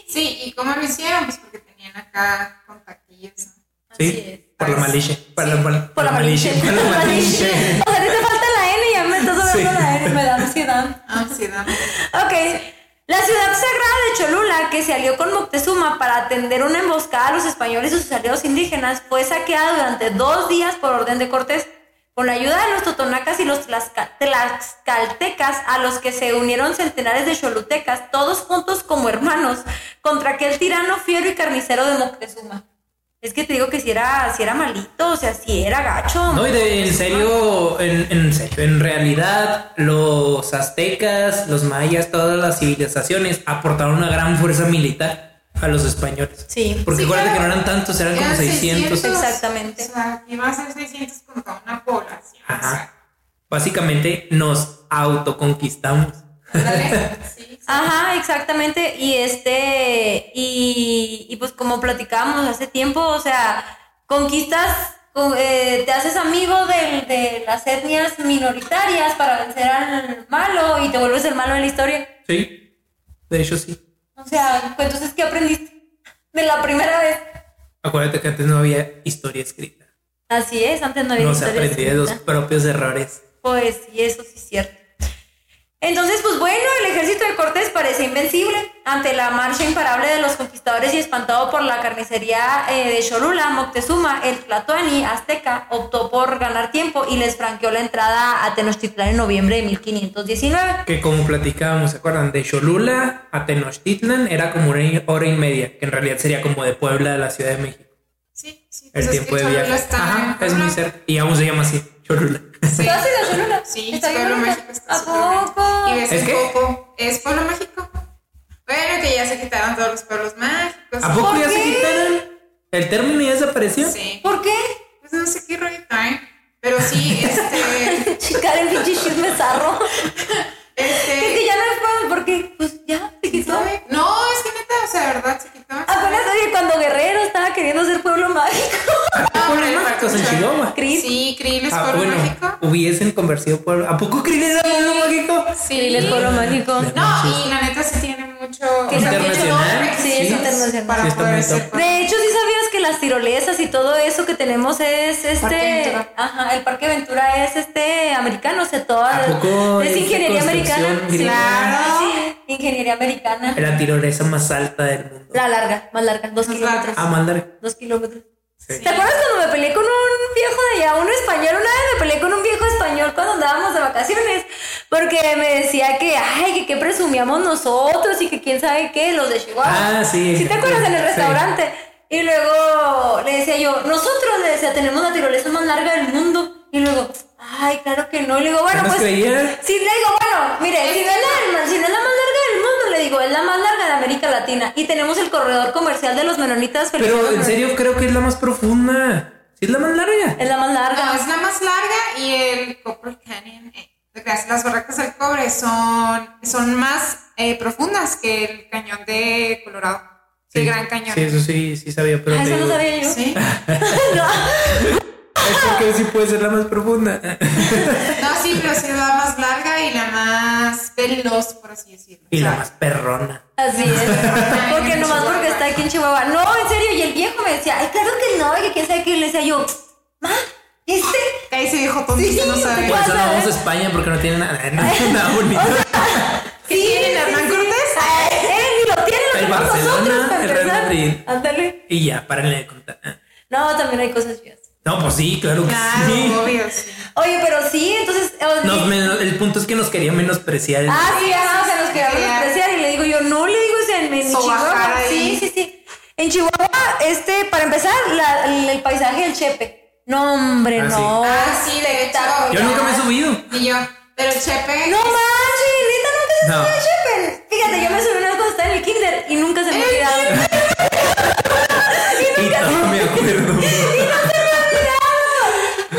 [SPEAKER 3] Sí, ¿y cómo lo hicieron? Pues porque tenían acá contactillos. ¿no?
[SPEAKER 2] ¿Sí?
[SPEAKER 1] Así es.
[SPEAKER 2] Por la malicia. Por la, por la-
[SPEAKER 1] Por la malicia.
[SPEAKER 2] Por la malicia.
[SPEAKER 1] O sea, te falta la N y ya me estás hablando
[SPEAKER 2] Sí.
[SPEAKER 1] de la N, me da ansiedad.
[SPEAKER 3] Ah, sí, dame.
[SPEAKER 1] Ok. La ciudad sagrada de Cholula, que se alió con Moctezuma para atender una emboscada a los españoles y sus aliados indígenas, fue saqueada durante dos días por orden de Cortés. Con la ayuda de los totonacas y los tlaxca- tlaxcaltecas, a los que se unieron centenares de cholutecas, todos juntos como hermanos, contra aquel tirano fiero y carnicero de Moctezuma. Es que te digo que si era, si era malito, o sea, si era gacho.
[SPEAKER 2] No, y de- en serio, en, en serio, en realidad los aztecas, los mayas, todas las civilizaciones aportaron una gran fuerza militar a los españoles.
[SPEAKER 1] Sí.
[SPEAKER 2] Porque
[SPEAKER 3] Sí,
[SPEAKER 2] acuérdate
[SPEAKER 3] claro.
[SPEAKER 2] que no eran tantos, eran como
[SPEAKER 3] Eran
[SPEAKER 2] 600.
[SPEAKER 1] Exactamente.
[SPEAKER 3] O sea, aquí va a ser 600 contra una población.
[SPEAKER 2] Ajá. Básicamente nos autoconquistamos.
[SPEAKER 3] O sea, ándale, sí, sí.
[SPEAKER 1] Ajá, exactamente. Y este, y, y pues como platicábamos hace tiempo, o sea, conquistas, con- eh, te haces amigo del- de, las etnias minoritarias para vencer al malo y te vuelves el malo de la historia.
[SPEAKER 2] Sí, de hecho sí.
[SPEAKER 1] O sea, pues, entonces, ¿qué aprendiste? De la primera vez.
[SPEAKER 2] Acuérdate que antes no había historia escrita.
[SPEAKER 1] Así es, antes no había
[SPEAKER 2] No se
[SPEAKER 1] historia
[SPEAKER 2] aprendía de los
[SPEAKER 1] escrita.
[SPEAKER 2] propios errores.
[SPEAKER 1] Pues sí, eso sí es cierto. Entonces, pues bueno, el ejército de Cortés parecía invencible. Ante la marcha imparable de los conquistadores y espantado por la carnicería eh, de Cholula, Moctezuma, el Tlatoani azteca, optó por ganar tiempo y les franqueó la entrada a Tenochtitlán en noviembre de 1519.
[SPEAKER 2] Que como platicábamos, ¿se acuerdan? De Cholula a Tenochtitlan era como una hora y media, que en realidad sería como de Puebla a la Ciudad de México.
[SPEAKER 3] Sí, sí.
[SPEAKER 2] El
[SPEAKER 3] pues es que
[SPEAKER 2] tiempo de
[SPEAKER 3] Cholula
[SPEAKER 2] viaje.
[SPEAKER 3] está
[SPEAKER 2] Ajá,
[SPEAKER 3] en
[SPEAKER 2] es muy
[SPEAKER 3] Puebla.
[SPEAKER 2] cerca. Y aún se llama así, Cholula.
[SPEAKER 3] Sí.
[SPEAKER 1] ¿Tú has ido a Cholula?
[SPEAKER 3] Sí,
[SPEAKER 1] Está bien
[SPEAKER 3] Pueblo
[SPEAKER 1] bonito.
[SPEAKER 3] México está
[SPEAKER 1] ¿A
[SPEAKER 3] súper bonito.
[SPEAKER 1] poco?
[SPEAKER 3] Y ves
[SPEAKER 2] ¿Es
[SPEAKER 3] el
[SPEAKER 2] qué?
[SPEAKER 3] popo. ¿Es Pueblo México? Bueno, que ya se quitaron todos los pueblos mágicos.
[SPEAKER 2] ¿A poco
[SPEAKER 1] ¿Por
[SPEAKER 2] ya se
[SPEAKER 1] qué?
[SPEAKER 2] quitaron? ¿El término ya desapareció?
[SPEAKER 3] Pues, Sí.
[SPEAKER 1] ¿Por qué?
[SPEAKER 3] Pues no sé qué rollo traen. Pero sí, este.
[SPEAKER 1] Chicar el pinche chisme zarro. Es
[SPEAKER 3] este
[SPEAKER 1] que ya no es pueblo, porque pues ya se quitó. Ah,
[SPEAKER 3] ¿sabe? No, es que neta, o sea, de verdad, se quitó.
[SPEAKER 1] Apenas oye cuando Guerrero estaba queriendo ser pueblo mágico.
[SPEAKER 3] Ah,
[SPEAKER 2] Pueblos
[SPEAKER 3] pero
[SPEAKER 2] mágicos en
[SPEAKER 3] escucha.
[SPEAKER 2] Chihuahua.
[SPEAKER 1] Cris.
[SPEAKER 3] Sí, Krill es
[SPEAKER 2] Ah,
[SPEAKER 3] pueblo
[SPEAKER 2] bueno,
[SPEAKER 3] mágico.
[SPEAKER 2] hubiesen convertido Puebla. ¿A poco Krill era pueblo mágico?
[SPEAKER 3] Sí,
[SPEAKER 1] Krill es pueblo mágico.
[SPEAKER 3] No, y la neta sí tiene mucho. o sea, mucho
[SPEAKER 2] Internacional,
[SPEAKER 3] nombre.
[SPEAKER 1] sí, es internacional.
[SPEAKER 2] Sí,
[SPEAKER 3] Para
[SPEAKER 2] está muy
[SPEAKER 3] poder ser.
[SPEAKER 2] top.
[SPEAKER 3] pueblo.
[SPEAKER 1] De hecho, sí sabías que las tirolesas y todo eso que tenemos es este.
[SPEAKER 3] Parque Ventura.
[SPEAKER 1] Ajá, el Parque Ventura es este americano, o sea, toda.
[SPEAKER 2] ¿A poco
[SPEAKER 1] es
[SPEAKER 2] es de
[SPEAKER 1] ingeniería
[SPEAKER 2] construcción
[SPEAKER 1] americana. Sí,
[SPEAKER 2] griega?
[SPEAKER 1] Claro. sí, ingeniería americana.
[SPEAKER 2] La tirolesa más alta del mundo.
[SPEAKER 1] La larga, más larga, dos
[SPEAKER 3] Más
[SPEAKER 1] kilómetros.
[SPEAKER 3] larga.
[SPEAKER 2] Ah, mándale.
[SPEAKER 1] Dos kilómetros.
[SPEAKER 2] Sí.
[SPEAKER 1] ¿Te acuerdas cuando me peleé con un viejo de allá, un español? Una vez me peleé con un viejo español cuando andábamos de vacaciones, porque me decía que, ay, que qué presumíamos nosotros y que quién sabe qué, los de Chihuahua.
[SPEAKER 2] Ah, sí.
[SPEAKER 1] Si te acuerdas en el
[SPEAKER 2] Sí.
[SPEAKER 1] restaurante. Y luego le decía yo, nosotros le decía, tenemos la tirolesa más larga del mundo. Y luego, ay, claro que no. Y le digo, bueno,
[SPEAKER 2] ¿No nos
[SPEAKER 1] pues.
[SPEAKER 2] creía?
[SPEAKER 1] Sí, le digo, bueno, mire, si no, es la, si no es la más larga del mundo, le digo, es la más larga de América Latina. Y tenemos el corredor comercial de los menonitas
[SPEAKER 2] Pero en
[SPEAKER 1] Feliciano-
[SPEAKER 2] serio creo que es la más profunda. Sí, es la más larga.
[SPEAKER 1] Es la más
[SPEAKER 3] No,
[SPEAKER 1] larga.
[SPEAKER 3] es la más larga y el Copper Canyon. eh, las- las barracas del cobre son, son más eh, profundas que el cañón de Colorado.
[SPEAKER 2] Sí,
[SPEAKER 3] el Gran Cañón.
[SPEAKER 2] Sí, eso sí, sí sabía, pero
[SPEAKER 1] Ah,
[SPEAKER 2] te
[SPEAKER 1] eso no
[SPEAKER 2] digo,
[SPEAKER 1] sabía yo.
[SPEAKER 3] Sí.
[SPEAKER 2] Es porque sí puede ser la más profunda.
[SPEAKER 3] No, sí, pero sí es la más larga y la más veloz, por así decirlo.
[SPEAKER 2] Y la
[SPEAKER 3] O sea,
[SPEAKER 2] más perrona.
[SPEAKER 1] Así es. Porque nomás porque está aquí en Chihuahua. No, en serio. Y el viejo me decía, ay, claro que no, que quién sabe qué. Y le decía yo, ma, este.
[SPEAKER 3] Ahí se dijo todo
[SPEAKER 1] Sí,
[SPEAKER 3] no
[SPEAKER 1] sí,
[SPEAKER 3] sabe.
[SPEAKER 2] Por
[SPEAKER 1] Ya
[SPEAKER 2] eso no vamos a
[SPEAKER 1] sabes.
[SPEAKER 2] España porque no tiene nada, nada bonito.
[SPEAKER 1] ¿Qué
[SPEAKER 3] tiene Hernán Cortés?
[SPEAKER 1] Eh, ni lo tiene, lo
[SPEAKER 2] El
[SPEAKER 1] tenemos
[SPEAKER 2] Barcelona,
[SPEAKER 1] nosotros. para
[SPEAKER 2] el Real
[SPEAKER 1] empezar.
[SPEAKER 2] Madrid.
[SPEAKER 1] Ándale.
[SPEAKER 2] y ya, párenle de contar.
[SPEAKER 1] No, también hay cosas feas.
[SPEAKER 2] No, pues sí, claro que
[SPEAKER 3] Claro,
[SPEAKER 2] sí.
[SPEAKER 3] obvio, sí.
[SPEAKER 1] Oye, pero sí, entonces. eh, o-
[SPEAKER 2] Nos men- el punto es que nos quería menospreciar. el-
[SPEAKER 1] Ah, sí, ajá, o sea, nos queríamos
[SPEAKER 3] Quería-
[SPEAKER 1] despreciar y le digo yo, no, le digo, o sea, en, en
[SPEAKER 3] Sobajar
[SPEAKER 1] Chihuahua,
[SPEAKER 3] ahí.
[SPEAKER 1] sí, sí, sí. En Chihuahua, este, para empezar, la- el, el paisaje del Chepe. No, hombre,
[SPEAKER 2] Ah, sí.
[SPEAKER 1] no.
[SPEAKER 3] Ah, sí, de hecho.
[SPEAKER 2] Yo
[SPEAKER 3] ya.
[SPEAKER 2] nunca me he subido.
[SPEAKER 3] Y yo, pero Chepe.
[SPEAKER 1] No manches, neta, nunca se
[SPEAKER 2] No.
[SPEAKER 1] subió a Shepherd. Fíjate, yo me subí una vez cuando estaba en el kinder y nunca se me ha tirado.
[SPEAKER 2] Y no me acuerdo.
[SPEAKER 1] ¡Uy, qué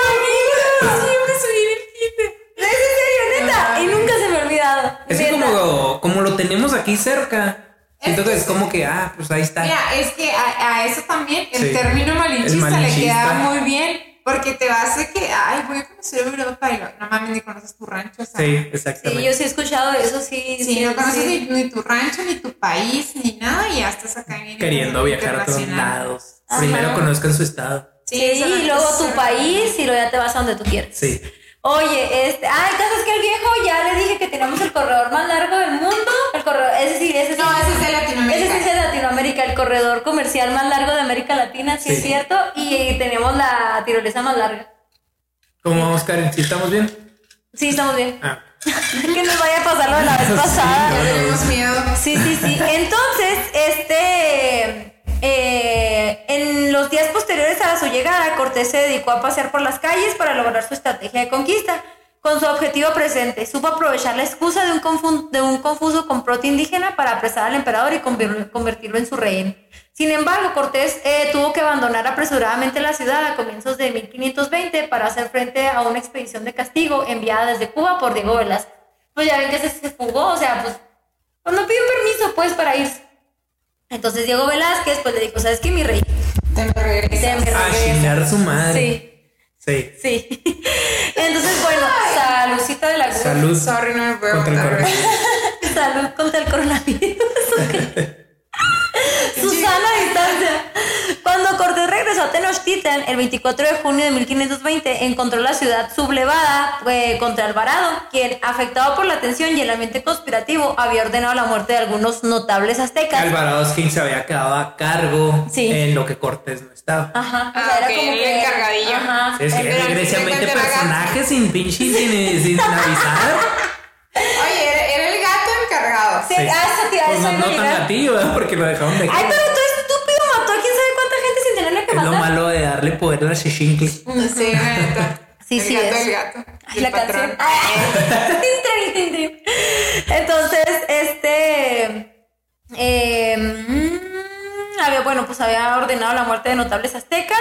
[SPEAKER 1] bonito!
[SPEAKER 3] Yo me subí en el kinder.
[SPEAKER 1] Es en serio, neta. Y nunca se me ha olvidado.
[SPEAKER 2] Es que
[SPEAKER 1] Neta.
[SPEAKER 2] como, como lo tenemos aquí cerca. Siento que es como que, ah, pues ahí está.
[SPEAKER 3] Mira, es que a, a eso también el
[SPEAKER 2] Sí.
[SPEAKER 3] término malinchista,
[SPEAKER 2] El malinchista.
[SPEAKER 3] le queda muy bien. Porque te va a hacer que, ay, voy a conocer Europa y no, no mames, ni conoces tu rancho. O sea,
[SPEAKER 2] Sí,
[SPEAKER 1] Sí, yo
[SPEAKER 2] exactamente.
[SPEAKER 1] sí he escuchado eso, sí.
[SPEAKER 3] si no conoces
[SPEAKER 1] sí.
[SPEAKER 3] Ni, ni tu rancho, ni tu país, ni nada, y ya estás acá en el
[SPEAKER 2] Queriendo viajar a todos
[SPEAKER 3] internacional.
[SPEAKER 2] lados.
[SPEAKER 1] Ajá.
[SPEAKER 2] Primero conozcan su estado.
[SPEAKER 1] Sí,
[SPEAKER 3] eso no
[SPEAKER 1] y luego
[SPEAKER 3] es-
[SPEAKER 1] tu país y luego ya te vas a donde tú quieras.
[SPEAKER 2] Sí.
[SPEAKER 1] Oye, este, ah, el caso es que el viejo ya le dije que tenemos el corredor más largo del mundo. El corredor, ese sí, ese sí.
[SPEAKER 3] No, ese es de Latinoamérica.
[SPEAKER 1] Ese sí es de Latinoamérica, el corredor comercial más largo de América Latina, sí,
[SPEAKER 2] Sí.
[SPEAKER 1] es cierto. Y, tenemos la tirolesa más larga.
[SPEAKER 2] ¿Cómo vamos, Karen? ¿Sí estamos bien?
[SPEAKER 1] Sí, estamos bien.
[SPEAKER 2] Ah,
[SPEAKER 1] que nos vaya a pasar lo de la vez pasada.
[SPEAKER 3] Ya tenemos miedo.
[SPEAKER 1] Sí, sí, sí. Entonces, este. eh, en los días posteriores a su llegada, Cortés se dedicó a pasear por las calles para lograr su estrategia de conquista. Con su objetivo presente, supo aprovechar la excusa de un, confun- de un confuso complot indígena para apresar al emperador y convir- convertirlo en su rehén. Sin embargo, Cortés eh, tuvo que abandonar apresuradamente la ciudad a comienzos de 1520 para hacer frente a una expedición de castigo enviada desde Cuba por Diego Velázquez. Pues ya ven que se, se fugó, o sea, pues pues no pidió permiso, pues, para irse. Entonces Diego Velázquez, pues, le dijo, ¿sabes qué, mi rey?
[SPEAKER 3] Te me regresas.
[SPEAKER 1] Te me
[SPEAKER 2] a
[SPEAKER 1] regresas".
[SPEAKER 2] chingar a su madre.
[SPEAKER 1] Sí,
[SPEAKER 2] Sí.
[SPEAKER 1] sí. Entonces, bueno, saludcita de la cruz.
[SPEAKER 2] Salud
[SPEAKER 3] Sorry, no me puedo
[SPEAKER 2] contra el
[SPEAKER 3] aguantar.
[SPEAKER 2] coronavirus.
[SPEAKER 1] Salud contra el coronavirus. Susana a distancia. Cuando Cortés regresó a Tenochtitlan el 24 de junio de 1520, encontró la ciudad sublevada eh, contra Alvarado, quien, afectado por la tensión y el ambiente conspirativo, había ordenado la muerte de algunos notables aztecas.
[SPEAKER 2] Alvarado Skin se había quedado a cargo
[SPEAKER 1] Sí.
[SPEAKER 2] en lo que Cortés no estaba.
[SPEAKER 1] Ajá.
[SPEAKER 3] Ah, ok, el encargadillo.
[SPEAKER 1] Ajá.
[SPEAKER 2] Es que
[SPEAKER 3] Pero al
[SPEAKER 2] Grecia
[SPEAKER 3] final te
[SPEAKER 2] mete
[SPEAKER 3] la gasta.
[SPEAKER 2] personajes sin pinche sin, eh, sin avisar.
[SPEAKER 3] Oye, era, era el gato encargado.
[SPEAKER 1] Sí, ah, eso te- a
[SPEAKER 2] Pues
[SPEAKER 1] eso iba a
[SPEAKER 2] no, no tan
[SPEAKER 1] llegar.
[SPEAKER 2] gatillo, ¿verdad? Porque lo dejaron de
[SPEAKER 1] Ay, pero tú estúpido mató a quién sabe cuánta gente sin tenerle que
[SPEAKER 2] Es lo
[SPEAKER 1] matar.
[SPEAKER 2] malo de darle poder a Sheshingle.
[SPEAKER 3] Sí, la neta.
[SPEAKER 1] Sí,
[SPEAKER 3] el
[SPEAKER 1] sí
[SPEAKER 3] gato,
[SPEAKER 1] es.
[SPEAKER 3] El gato,
[SPEAKER 1] Ay,
[SPEAKER 3] el
[SPEAKER 1] la canción.
[SPEAKER 3] patrón.
[SPEAKER 1] Ay, tin, tin, tin, tin. Entonces, este. eh, mm, había, bueno, pues había ordenado la muerte de notables aztecas.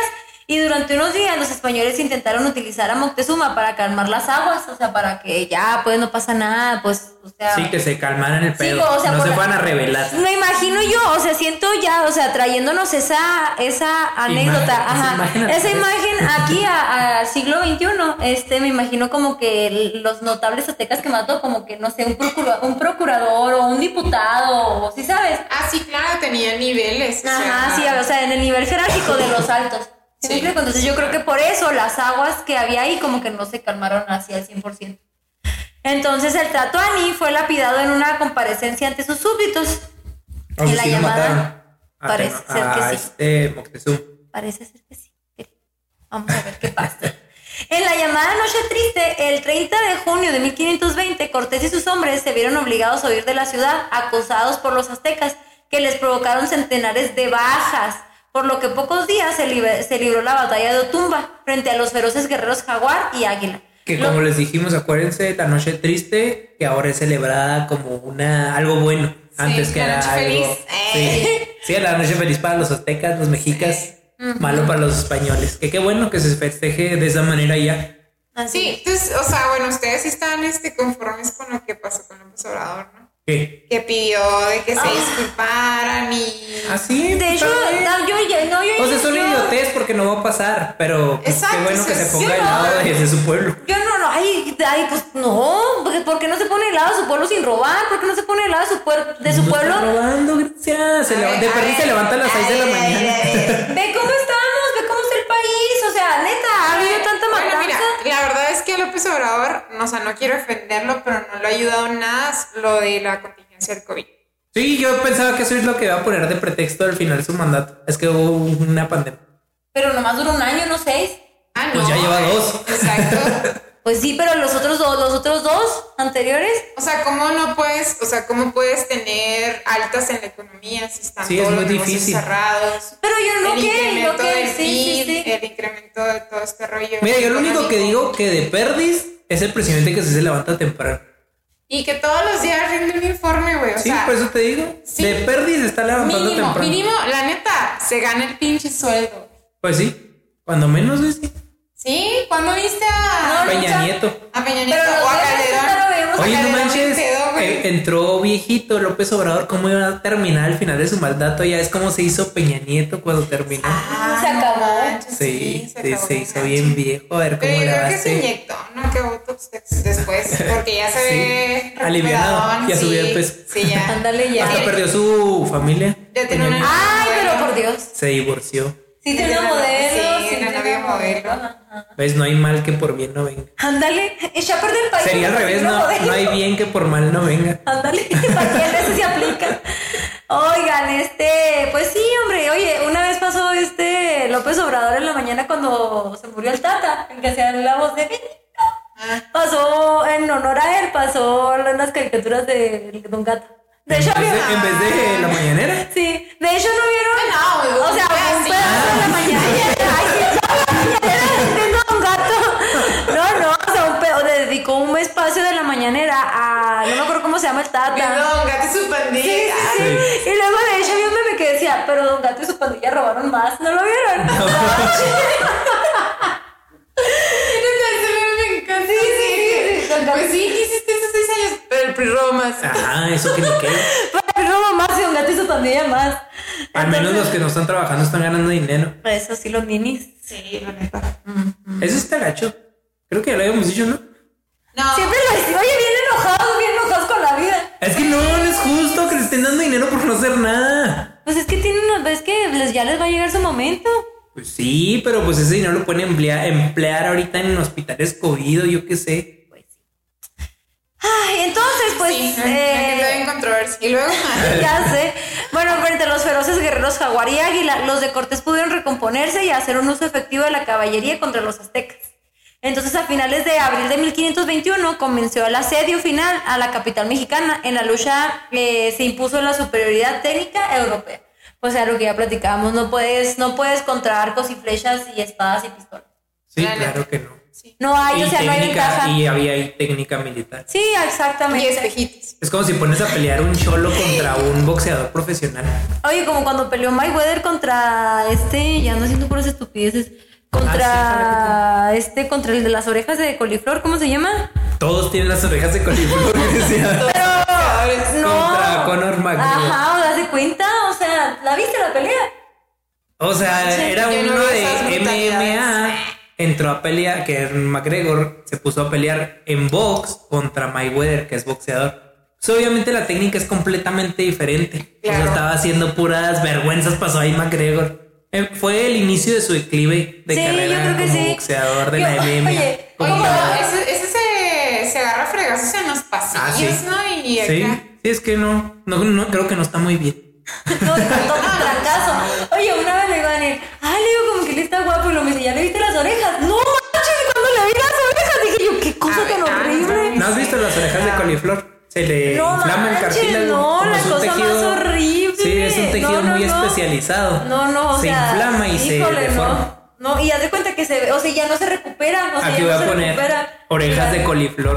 [SPEAKER 1] Y durante unos días los españoles intentaron utilizar a Moctezuma para calmar las aguas, o sea, para que ya, pues no pasa nada, pues, o sea.
[SPEAKER 2] Sí, que se calmaran el
[SPEAKER 1] Sí,
[SPEAKER 2] pedo.
[SPEAKER 1] o sea,
[SPEAKER 2] no
[SPEAKER 1] por
[SPEAKER 2] se
[SPEAKER 1] la-
[SPEAKER 2] van a revelar.
[SPEAKER 1] Me imagino yo, o sea, siento ya, o sea, trayéndonos esa, esa anécdota,
[SPEAKER 2] esa
[SPEAKER 1] ajá,
[SPEAKER 2] imagen a la
[SPEAKER 1] esa
[SPEAKER 2] cabeza.
[SPEAKER 1] imagen aquí a, a siglo XXI, este, me imagino como que el- los notables aztecas que mató, como que, no sé, un, procura- un procurador o un diputado, o si sabes.
[SPEAKER 3] Ah, sí, claro, tenía niveles. o
[SPEAKER 1] Ajá, sí,
[SPEAKER 3] sea,
[SPEAKER 1] o sea, en el nivel jerárquico de los altos. ¿Sí me
[SPEAKER 3] Sí.
[SPEAKER 1] explico? Entonces yo creo que por eso las aguas que había ahí como que no se calmaron hacia el 100%. Entonces el Tatuani fue lapidado en una comparecencia ante sus súbditos.
[SPEAKER 2] O sea,
[SPEAKER 1] en la
[SPEAKER 2] sí lo
[SPEAKER 1] llamada
[SPEAKER 2] mataron. A-
[SPEAKER 1] parece ser que
[SPEAKER 2] a
[SPEAKER 1] sí.
[SPEAKER 2] Este Moctezuma.
[SPEAKER 1] Parece ser que sí. Vamos a ver qué pasa. En la llamada Noche Triste, el 30 de junio de 1520, Cortés y sus hombres se vieron obligados a huir de la ciudad, acosados por los aztecas, que les provocaron centenares de bajas, por lo que pocos días se, libe- se libró la batalla de Otumba frente a los feroces guerreros jaguar y águila.
[SPEAKER 2] Que
[SPEAKER 1] Lo-
[SPEAKER 2] como les dijimos, acuérdense, la noche triste, que ahora es celebrada como una algo bueno. antes que
[SPEAKER 3] la
[SPEAKER 2] era
[SPEAKER 3] noche
[SPEAKER 2] algo.
[SPEAKER 3] feliz.
[SPEAKER 2] Sí.
[SPEAKER 1] Eh.
[SPEAKER 2] Sí, la noche feliz para los aztecas, los mexicas, malo para los españoles. Que qué bueno que se festeje de esa manera ya.
[SPEAKER 1] Así
[SPEAKER 3] Sí, entonces, o sea, bueno, ustedes sí están este, conformes con lo que pasó con López Obrador, ¿no?
[SPEAKER 2] Que
[SPEAKER 3] Que pidió de que
[SPEAKER 1] Ah.
[SPEAKER 3] se disculparan y...
[SPEAKER 1] es.
[SPEAKER 2] así.
[SPEAKER 1] De hecho,
[SPEAKER 2] está bien.
[SPEAKER 1] no, yo, yo- no, yo-
[SPEAKER 2] o sea, es una
[SPEAKER 1] yo-
[SPEAKER 2] idiotez porque no va a pasar, pero pues,
[SPEAKER 3] Exacto,
[SPEAKER 2] qué bueno
[SPEAKER 3] o
[SPEAKER 2] que
[SPEAKER 3] sea,
[SPEAKER 2] se
[SPEAKER 3] sí
[SPEAKER 2] ponga
[SPEAKER 3] o
[SPEAKER 2] al
[SPEAKER 3] no.
[SPEAKER 2] lado de, de su pueblo.
[SPEAKER 1] Yo no, no, ay, ay, pues no, porque ¿por qué no se pone del lado de su pueblo sin robar? ¿Por qué no se pone del lado de su, puer- de su
[SPEAKER 2] No
[SPEAKER 1] pueblo?
[SPEAKER 2] está robando, gracias. Se
[SPEAKER 3] A
[SPEAKER 2] leva-
[SPEAKER 3] ver,
[SPEAKER 2] de
[SPEAKER 3] a
[SPEAKER 2] perdiz se
[SPEAKER 3] ver,
[SPEAKER 2] levanta a las 6 de la
[SPEAKER 3] a ver, a ver,
[SPEAKER 2] mañana.
[SPEAKER 3] a ver.
[SPEAKER 1] Ve cómo estamos, ve cómo está el país, o sea, neta, ha habido tanta
[SPEAKER 3] Bueno,
[SPEAKER 1] matanza.
[SPEAKER 3] mira, la verdad es que a López Obrador, no, o sea, no quiero ofenderlo, pero no lo ha ayudado en nada lo de la contingencia del COVID.
[SPEAKER 2] Sí, yo pensaba que eso es lo que iba a poner de pretexto al final de su mandato. Es que hubo una pandemia.
[SPEAKER 1] Pero nomás dura un año, no seis.
[SPEAKER 3] Ah,
[SPEAKER 2] Pues ya lleva dos.
[SPEAKER 3] Exacto.
[SPEAKER 1] Pues sí, pero los otros dos, los otros dos anteriores,
[SPEAKER 3] O sea, ¿cómo no puedes, o sea, cómo puedes tener altas en la economía si están
[SPEAKER 2] Sí, es
[SPEAKER 3] todos los
[SPEAKER 2] muy
[SPEAKER 3] negocios
[SPEAKER 2] difícil.
[SPEAKER 3] cerrados?
[SPEAKER 1] pero yo no
[SPEAKER 3] el
[SPEAKER 1] que, yo
[SPEAKER 3] incremento
[SPEAKER 1] que,
[SPEAKER 3] del
[SPEAKER 1] sí, sí,
[SPEAKER 3] PIB,
[SPEAKER 1] sí.
[SPEAKER 3] el incremento de todo este rollo.
[SPEAKER 2] Mira, yo lo único que
[SPEAKER 3] económico.
[SPEAKER 2] digo que de perdis es el presidente que sí se levanta temprano.
[SPEAKER 3] Y que todos los días rinde un informe, güey. O
[SPEAKER 2] Sí,
[SPEAKER 3] sea,
[SPEAKER 2] por eso te digo.
[SPEAKER 3] sí.
[SPEAKER 2] De perdis se está levantando
[SPEAKER 3] mínimo,
[SPEAKER 2] temprano.
[SPEAKER 3] mínimo, la neta, se gana el pinche sueldo.
[SPEAKER 2] Pues sí, cuando menos, güey, sí.
[SPEAKER 3] ¿Sí? ¿Cuándo viste a,
[SPEAKER 1] No,
[SPEAKER 2] Peña
[SPEAKER 1] nunca.
[SPEAKER 2] Nieto.
[SPEAKER 3] a Peña Nieto
[SPEAKER 1] Pero los
[SPEAKER 3] o a
[SPEAKER 1] dos nunca lo
[SPEAKER 3] Calderón?
[SPEAKER 1] vemos.
[SPEAKER 3] O a
[SPEAKER 2] Oye, no
[SPEAKER 3] Calderón bien
[SPEAKER 2] manches,
[SPEAKER 3] pedo, güey.
[SPEAKER 2] eh, entró viejito López Obrador, ¿cómo iba a terminar el final de su mandato? Ya es como se hizo Peña Nieto cuando terminó.
[SPEAKER 3] Ah,
[SPEAKER 1] Se acabó.
[SPEAKER 3] no manches,
[SPEAKER 2] sí,
[SPEAKER 3] se
[SPEAKER 2] sí,
[SPEAKER 3] acabó,
[SPEAKER 2] se
[SPEAKER 3] no
[SPEAKER 2] hizo
[SPEAKER 3] manches.
[SPEAKER 2] bien viejo, a ver
[SPEAKER 3] Pero
[SPEAKER 2] cómo
[SPEAKER 3] yo
[SPEAKER 2] era
[SPEAKER 3] creo que se
[SPEAKER 2] base.
[SPEAKER 3] inyectó, no que botox des- después, porque ya se
[SPEAKER 2] Sí,
[SPEAKER 3] ve
[SPEAKER 2] alivianado,
[SPEAKER 3] recuperadón,
[SPEAKER 2] ya
[SPEAKER 3] sí,
[SPEAKER 2] subió de peso.
[SPEAKER 3] Sí, ya.
[SPEAKER 1] Ándale, ya.
[SPEAKER 2] Hasta
[SPEAKER 3] Sí.
[SPEAKER 2] perdió su familia.
[SPEAKER 3] Ya tiene
[SPEAKER 2] Peña
[SPEAKER 3] una-
[SPEAKER 2] Nieto.
[SPEAKER 1] Ay, pero por Dios.
[SPEAKER 2] Se divorció.
[SPEAKER 1] Sí, tiene una
[SPEAKER 3] Sí,
[SPEAKER 1] modelo.
[SPEAKER 3] una
[SPEAKER 1] sí, tiene
[SPEAKER 3] novia
[SPEAKER 1] una
[SPEAKER 3] modelo.
[SPEAKER 1] Ajá.
[SPEAKER 2] ¿Ves? No hay mal que por bien no venga.
[SPEAKER 1] Ándale, echa a perder el país.
[SPEAKER 2] Sería al
[SPEAKER 1] porque
[SPEAKER 2] revés,
[SPEAKER 1] tiene una
[SPEAKER 2] no,
[SPEAKER 1] modelo.
[SPEAKER 2] no hay bien que por mal no venga.
[SPEAKER 1] Ándale, ¿para qué a veces se aplica? Oigan, este, pues sí, hombre, oye, una vez pasó este López Obrador en la mañana cuando se murió el Tata, en que hacía la voz de
[SPEAKER 3] Ah.
[SPEAKER 1] Pasó en honor a él, pasó las caricaturas de Don Gato. De hecho,
[SPEAKER 2] En vez de,
[SPEAKER 1] había-
[SPEAKER 2] en vez de la mañanera.
[SPEAKER 1] Sí, de hecho no vieron.
[SPEAKER 3] No, no,
[SPEAKER 1] o sea,
[SPEAKER 3] no,
[SPEAKER 1] un
[SPEAKER 3] sí.
[SPEAKER 1] pedazo de la mañana. Ay, sí, tengo un gato. No, no, o sea, un pedo, dedicó un espacio de la mañanera a. No me acuerdo cómo se llama el Tata.
[SPEAKER 3] Perdón, gato y su pandilla.
[SPEAKER 1] Sí, Y luego de hecho había un meme que decía, pero Don Gato y su pandilla robaron más. ¿No lo vieron?
[SPEAKER 3] me encanta. Sí, sí, sí. Pues sí, ¿qué hiciste esos seis años? Pero el PRI robó más.
[SPEAKER 2] Ah, eso que ni qué.
[SPEAKER 1] Pero robó más y Don Gato y su pandilla más.
[SPEAKER 2] Al menos los que no están trabajando están ganando dinero.
[SPEAKER 1] Pues eso sí, los ninis.
[SPEAKER 3] Sí, la neta.
[SPEAKER 2] Eso está gacho. Creo que ya lo habíamos dicho, ¿no?
[SPEAKER 3] No,
[SPEAKER 1] Siempre lo decía, oye, bien enojados, bien enojados con la vida.
[SPEAKER 2] Es que no, no es justo que le estén dando dinero por no hacer nada.
[SPEAKER 1] Pues es que tienen, es que les- ya les va a llegar su momento.
[SPEAKER 2] Pues sí, pero pues ese dinero lo pueden emplear, emplear ahorita en hospitales COVID o yo qué sé.
[SPEAKER 1] Pues Ay, entonces, pues.
[SPEAKER 3] sí, la
[SPEAKER 1] eh,
[SPEAKER 3] neta bien controversia. Y luego, ah,
[SPEAKER 1] ya sé. Bueno, frente a los feroces guerreros jaguar y águila, los de Cortés pudieron recomponerse y hacer un uso efectivo de la caballería contra los aztecas. Entonces, a finales de abril de 1521, comenzó el asedio final a la capital mexicana. En la lucha eh, se impuso la superioridad técnica europea. O sea, lo que ya platicábamos, no puedes, no puedes contra arcos y flechas y espadas y pistolas.
[SPEAKER 2] Sí,
[SPEAKER 3] Claro.
[SPEAKER 2] claro que no.
[SPEAKER 1] No hay,
[SPEAKER 2] y
[SPEAKER 1] o sea, no hay
[SPEAKER 2] técnica,
[SPEAKER 1] ventaja.
[SPEAKER 2] y había ahí técnica militar.
[SPEAKER 1] Sí,
[SPEAKER 3] y
[SPEAKER 1] exactamente.
[SPEAKER 3] espejitos.
[SPEAKER 2] Es como si pones a pelear un cholo contra un boxeador profesional.
[SPEAKER 1] Oye, como cuando peleó Mayweather contra este, ya no siento puras estupideces,
[SPEAKER 2] Ah,
[SPEAKER 1] contra este, contra el de las orejas de coliflor, ¿cómo se llama?
[SPEAKER 2] Todos tienen las orejas de coliflor. decía.
[SPEAKER 3] Ahora,
[SPEAKER 1] No.
[SPEAKER 2] Contra Conor McGregor.
[SPEAKER 1] Ajá, o sea, ¿se cuenta? O sea, ¿la viste la pelea?
[SPEAKER 2] O
[SPEAKER 3] Sí,
[SPEAKER 2] sea, era
[SPEAKER 3] yo no
[SPEAKER 2] uno
[SPEAKER 3] veo esas
[SPEAKER 2] de
[SPEAKER 3] brutalidades.
[SPEAKER 2] MMA. Entró a pelear, que McGregor se puso a pelear en box contra Mayweather, que es boxeador. Pues, obviamente la técnica es completamente diferente. O sea,
[SPEAKER 3] Claro.
[SPEAKER 2] estaba haciendo puras vergüenzas, pasó ahí McGregor. Eh, Fue el inicio de su declive de
[SPEAKER 1] Sí, yo
[SPEAKER 2] carrera
[SPEAKER 1] creo que
[SPEAKER 2] como
[SPEAKER 1] sí.
[SPEAKER 2] boxeador de
[SPEAKER 1] Yo-
[SPEAKER 2] la
[SPEAKER 1] oye,
[SPEAKER 2] MMA.
[SPEAKER 3] Oye,
[SPEAKER 2] Como-
[SPEAKER 3] no, ese, ese se, se agarra a fregazos en los pasillos,
[SPEAKER 2] Ah, sí.
[SPEAKER 3] ¿no? Y acá.
[SPEAKER 2] sí, sí, es que no, no, no, creo que no está muy bien.
[SPEAKER 1] No, de tanto trancazo. Oye, una vez le digo a Daniel, ay, le digo como que él está guapo y lo me dice, ¿ya le viste las orejas? No, manches, cuando le vi las orejas dije yo, qué cosa
[SPEAKER 3] Ay,
[SPEAKER 1] tan
[SPEAKER 3] ay,
[SPEAKER 1] horrible.
[SPEAKER 2] ah, ¿No has visto las orejas de coliflor? Se le
[SPEAKER 1] No
[SPEAKER 2] Eh, inflama el
[SPEAKER 1] manches,
[SPEAKER 2] cartílago.
[SPEAKER 1] no,
[SPEAKER 2] como
[SPEAKER 1] la
[SPEAKER 2] es un
[SPEAKER 1] cosa más horrible.
[SPEAKER 2] Sí, es un tejido
[SPEAKER 1] No, no,
[SPEAKER 2] muy
[SPEAKER 1] no.
[SPEAKER 2] especializado.
[SPEAKER 1] No, no, o
[SPEAKER 2] se
[SPEAKER 1] sea,
[SPEAKER 2] inflama y
[SPEAKER 1] híjole,
[SPEAKER 2] se deforma.
[SPEAKER 1] no. No, y haz de cuenta que se ve, o sea, ya no se recupera, o sea,
[SPEAKER 2] Aquí
[SPEAKER 1] ya
[SPEAKER 2] voy
[SPEAKER 1] no
[SPEAKER 2] a
[SPEAKER 1] se
[SPEAKER 2] poner
[SPEAKER 1] recupera.
[SPEAKER 2] orejas de coliflor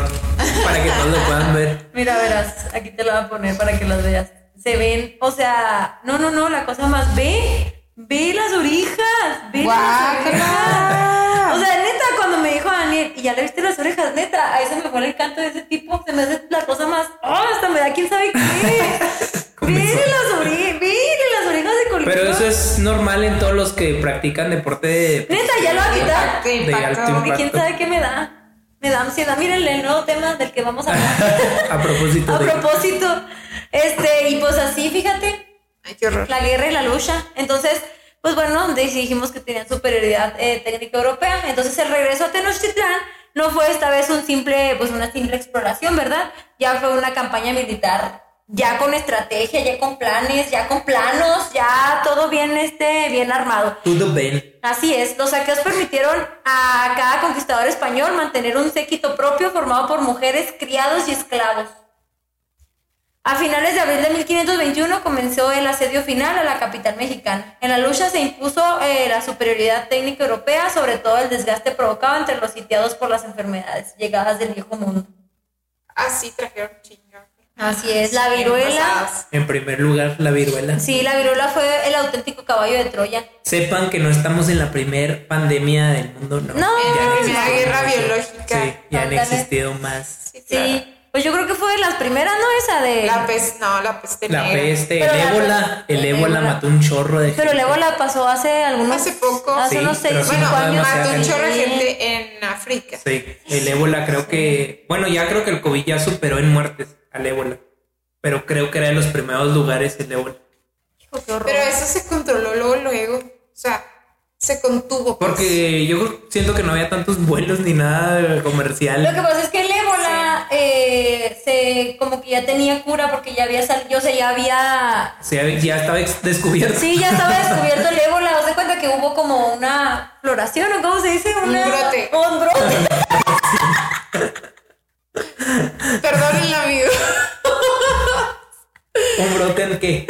[SPEAKER 2] para que todos lo puedan ver.
[SPEAKER 1] Mira, verás, aquí te la voy a poner para que las veas. Se ven, o sea, no, no, no, la cosa más, ve, ve las orejas, ve las
[SPEAKER 3] Guácala.
[SPEAKER 2] Ah.
[SPEAKER 1] orejas. O sea, neta, cuando me dijo Daniel, y ya le viste las orejas, neta, ahí se me fue el canto de ese tipo, se me hace la cosa más, oh, hasta me da quién sabe qué. Vele las orejas, vele las orejas de coliflor.
[SPEAKER 2] Pero eso es normal en todos los que practican deporte de,
[SPEAKER 1] Neta, ya lo va a quitar.
[SPEAKER 3] Qué
[SPEAKER 2] de alto
[SPEAKER 3] impacto.
[SPEAKER 1] Ay, ¿Quién
[SPEAKER 2] impacto.
[SPEAKER 1] sabe qué me da? Me da ansiedad. Mírenle el nuevo tema del que vamos a hablar.
[SPEAKER 2] A propósito
[SPEAKER 1] a
[SPEAKER 2] de
[SPEAKER 1] propósito. Este, y pues así, fíjate,
[SPEAKER 3] Ay, qué horror.
[SPEAKER 1] la guerra y la lucha. Entonces, pues bueno, dijimos que tenían superioridad eh, técnica europea. Entonces el regreso a Tenochtitlán no fue esta vez un simple, pues una simple exploración, ¿verdad? Ya fue una campaña militar ya con estrategia, ya con planes, ya con planos, ya todo bien, este, bien armado.
[SPEAKER 2] Todo bien.
[SPEAKER 1] Así es, los saqueos permitieron a cada conquistador español mantener un séquito propio formado por mujeres, criados y esclavos. A finales de abril de 1521 comenzó el asedio final a la capital mexicana. En la lucha se impuso eh, la superioridad técnica europea, sobre todo el desgaste provocado entre los sitiados por las enfermedades llegadas del viejo mundo.
[SPEAKER 3] Así Ah, trajeron chingón.
[SPEAKER 1] Así es, la viruela.
[SPEAKER 2] En primer lugar, la viruela.
[SPEAKER 1] Sí, la viruela fue el auténtico caballo de Troya.
[SPEAKER 2] Sepan que no estamos en la primer pandemia del mundo, ¿no?
[SPEAKER 1] No.
[SPEAKER 2] Ya han
[SPEAKER 1] La
[SPEAKER 2] existido
[SPEAKER 3] guerra
[SPEAKER 2] más.
[SPEAKER 3] biológica.
[SPEAKER 2] Sí, ya han
[SPEAKER 1] Ándale.
[SPEAKER 2] existido más.
[SPEAKER 3] Sí, claro.
[SPEAKER 1] Sí, pues yo creo que fue de las primeras, ¿no? Esa de...
[SPEAKER 3] La peste, no, la peste
[SPEAKER 2] La
[SPEAKER 3] negra.
[SPEAKER 2] peste,
[SPEAKER 1] Pero
[SPEAKER 2] el
[SPEAKER 1] la-
[SPEAKER 2] ébola, el
[SPEAKER 1] el
[SPEAKER 2] ébola
[SPEAKER 1] ébola.
[SPEAKER 2] mató un chorro de
[SPEAKER 1] Pero
[SPEAKER 2] gente.
[SPEAKER 1] luego la pasó hace algunos...
[SPEAKER 3] Hace poco.
[SPEAKER 1] Hace
[SPEAKER 2] Sí,
[SPEAKER 1] unos seis,
[SPEAKER 2] pero sí
[SPEAKER 1] cinco
[SPEAKER 3] Bueno,
[SPEAKER 2] fue
[SPEAKER 1] años.
[SPEAKER 2] demasiado.
[SPEAKER 3] mató un chorro de
[SPEAKER 1] Sí.
[SPEAKER 3] gente en África.
[SPEAKER 2] Sí, el ébola creo que. Bueno, ya creo que el COVID ya superó en muertes al ébola. Pero creo que era de los primeros lugares el ébola.
[SPEAKER 1] Hijo, qué horror.
[SPEAKER 3] Pero eso se controló luego, luego. O sea, se contuvo. pues.
[SPEAKER 2] Porque yo creo- siento que no había tantos vuelos ni nada comercial.
[SPEAKER 1] Lo que pasa es que el ébola eh, se, como que ya tenía cura porque ya había salido, o sea, ya había...
[SPEAKER 2] Sí, ya estaba ex- descubierto.
[SPEAKER 1] Sí, ya estaba descubierto el ébola. ¿Os de cuenta que hubo como una floración o cómo se dice? Una-
[SPEAKER 3] brote.
[SPEAKER 1] Un brote.
[SPEAKER 3] Perdónenla, amigo.
[SPEAKER 2] ¿Un brote en qué?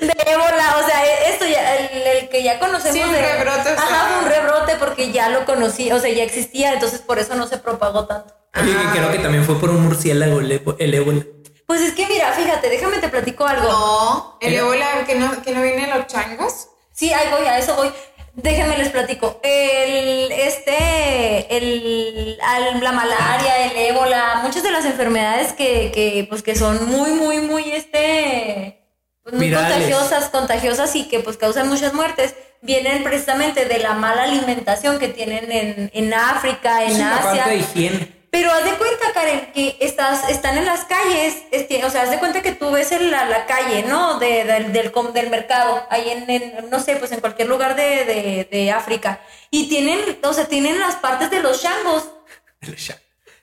[SPEAKER 1] de ébola, o sea, e- esto ya, el, el que ya conocemos.
[SPEAKER 3] Sí, un
[SPEAKER 1] de-
[SPEAKER 3] rebrote, o sea.
[SPEAKER 1] Ajá, fue un rebrote porque ya lo conocí, o sea, ya existía, entonces por eso no se propagó tanto.
[SPEAKER 2] Oye, que creo que también fue por un murciélago el ébo- el ébola.
[SPEAKER 1] Pues es que mira, fíjate, déjame te platico algo.
[SPEAKER 3] No, el ébola que no, que no viene los changos.
[SPEAKER 1] Sí, ahí voy, a eso voy. Déjenme les platico. El, este, el, al- la malaria, el ébola, muchas de las enfermedades que, que, pues, que son muy, muy, muy, este, pues, muy
[SPEAKER 2] Virales.
[SPEAKER 1] contagiosas, contagiosas y que, pues, causan muchas muertes, vienen precisamente de la mala alimentación que tienen en, en África, en
[SPEAKER 2] Es una
[SPEAKER 1] Asia.
[SPEAKER 2] falta de higiene.
[SPEAKER 1] Pero haz de cuenta, Karen, que estás, están en las calles, este, o sea, haz de cuenta que tú ves en la, la calle, ¿no? De- del, del, com- del mercado, ahí en, en, no sé, pues en cualquier lugar de, de, de África. Y tienen, o sea, tienen las partes de los changos.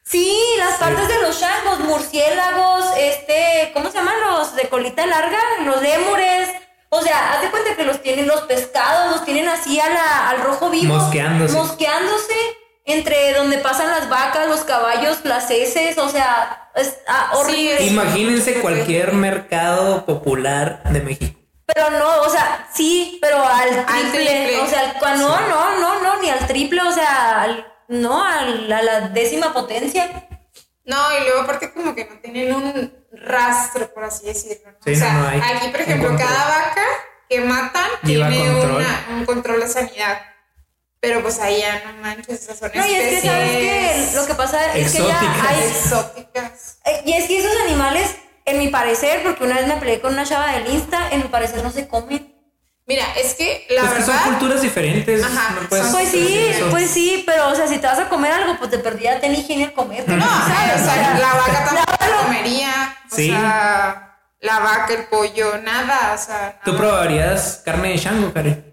[SPEAKER 1] Sí, las partes de los changos, murciélagos, este, ¿cómo se llaman los de colita larga? Los lémures. O sea, haz de cuenta que los tienen los pescados, los tienen así a la- al rojo vivo.
[SPEAKER 2] Mosqueándose.
[SPEAKER 1] Mosqueándose entre donde pasan las vacas, los caballos, las heces, o sea, es ah, horrible.
[SPEAKER 3] Sí,
[SPEAKER 2] Imagínense cualquier mercado popular de México.
[SPEAKER 1] Pero no, o sea, sí, pero al triple.
[SPEAKER 3] triple.
[SPEAKER 1] O sea, al- cua- no, no, no, no, ni al triple, o sea, al- no, al- a la décima potencia.
[SPEAKER 3] No, y luego aparte como que no tienen un rastro, por así decirlo. ¿no?
[SPEAKER 2] Sí,
[SPEAKER 3] o sea,
[SPEAKER 2] no, no hay
[SPEAKER 3] aquí, por
[SPEAKER 2] un
[SPEAKER 3] ejemplo,
[SPEAKER 2] control.
[SPEAKER 3] cada vaca que matan
[SPEAKER 2] Lleva
[SPEAKER 3] tiene
[SPEAKER 2] control.
[SPEAKER 3] una- un control de sanidad. Pero pues allá no manches, esas son
[SPEAKER 1] No, y es que, ¿sabes qué?
[SPEAKER 3] especies
[SPEAKER 1] Lo que pasa es que ya
[SPEAKER 2] Exóticas.
[SPEAKER 1] hay
[SPEAKER 3] exóticas.
[SPEAKER 1] Eh, Y es que esos animales, en mi parecer, porque una vez me peleé con una chava del Insta, en mi parecer no se comen.
[SPEAKER 3] Mira, es que la
[SPEAKER 2] es que son
[SPEAKER 3] verdad...
[SPEAKER 2] culturas diferentes.
[SPEAKER 3] Ajá,
[SPEAKER 2] no puedes
[SPEAKER 3] son-
[SPEAKER 1] Pues sí,
[SPEAKER 2] decir eso.
[SPEAKER 1] pues sí, pero o sea, si te vas a comer algo, pues de perdida ten higiene al comerte.
[SPEAKER 3] No, o sea, o sea, la vaca tampoco comería. O
[SPEAKER 2] Sí.
[SPEAKER 3] sea, la vaca, el pollo, nada. O
[SPEAKER 1] pues-
[SPEAKER 3] sea,
[SPEAKER 2] ¿Tú
[SPEAKER 3] nada.
[SPEAKER 2] probarías carne de chango, Karen?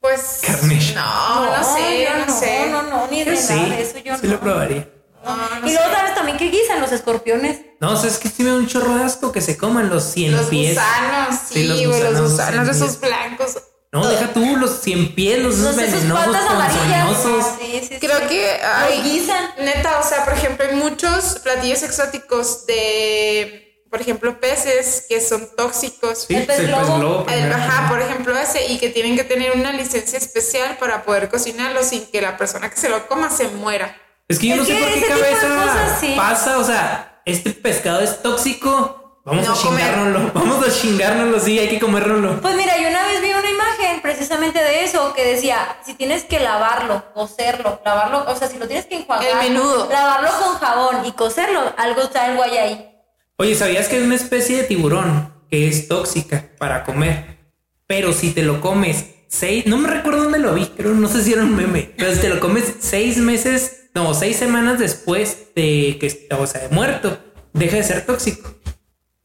[SPEAKER 3] pues.
[SPEAKER 2] Carne.
[SPEAKER 3] No, no, sé,
[SPEAKER 1] yo
[SPEAKER 3] no, sé.
[SPEAKER 1] No, no, ni de nada de eso yo
[SPEAKER 2] sí
[SPEAKER 1] no.
[SPEAKER 2] lo probaría.
[SPEAKER 3] No, no
[SPEAKER 1] y luego
[SPEAKER 3] sé.
[SPEAKER 1] sabes también que guisan los escorpiones.
[SPEAKER 2] No, o sea, es que sí me da un chorro de asco que se coman los cien
[SPEAKER 3] Los
[SPEAKER 2] pies.
[SPEAKER 3] gusanos,
[SPEAKER 2] Sí,
[SPEAKER 3] sí,
[SPEAKER 2] los
[SPEAKER 3] güey, los
[SPEAKER 2] gusanos
[SPEAKER 3] gusanos,
[SPEAKER 2] sí.
[SPEAKER 3] esos blancos.
[SPEAKER 2] No, deja tú los cien pies, los
[SPEAKER 1] No
[SPEAKER 2] esos
[SPEAKER 1] sé, sus
[SPEAKER 2] venenosos,
[SPEAKER 1] patas amarillas.
[SPEAKER 2] ponzoñosos.
[SPEAKER 1] Sí, sí, sí.
[SPEAKER 3] Creo que hay.
[SPEAKER 1] guisan.
[SPEAKER 3] Neta, o sea, por ejemplo, hay muchos platillos exóticos de. Por ejemplo, peces que son tóxicos.
[SPEAKER 2] Sí,
[SPEAKER 1] El pez
[SPEAKER 2] sí,
[SPEAKER 1] globo.
[SPEAKER 3] El-
[SPEAKER 2] primero.
[SPEAKER 3] ajá, por ejemplo, ese, y que tienen que tener una licencia especial para poder cocinarlo sin que la persona que se lo coma se muera.
[SPEAKER 2] Es que yo
[SPEAKER 1] Es
[SPEAKER 2] no sé
[SPEAKER 1] que
[SPEAKER 2] por qué
[SPEAKER 1] ese tipo de
[SPEAKER 2] cabeza
[SPEAKER 1] cosas, sí.
[SPEAKER 2] pasa, o sea, este pescado es tóxico, vamos
[SPEAKER 3] No
[SPEAKER 2] a
[SPEAKER 3] comer.
[SPEAKER 2] chingárnoslo, vamos a chingárnoslo, sí, hay que comérnoslo.
[SPEAKER 1] Pues mira, yo una vez vi una imagen precisamente de eso que decía, si tienes que lavarlo, cocerlo, lavarlo, o sea, si lo tienes que enjuagar,
[SPEAKER 3] El menudo.
[SPEAKER 1] lavarlo con jabón y cocerlo, algo está algo hay ahí.
[SPEAKER 2] Oye, ¿sabías que hay una especie de tiburón que es tóxica para comer? Pero si te lo comes seis, no me recuerdo dónde lo vi, pero no sé si era un meme, pero si te lo comes seis meses, no, seis semanas después de que, est- o sea, de muerto, deja de ser tóxico.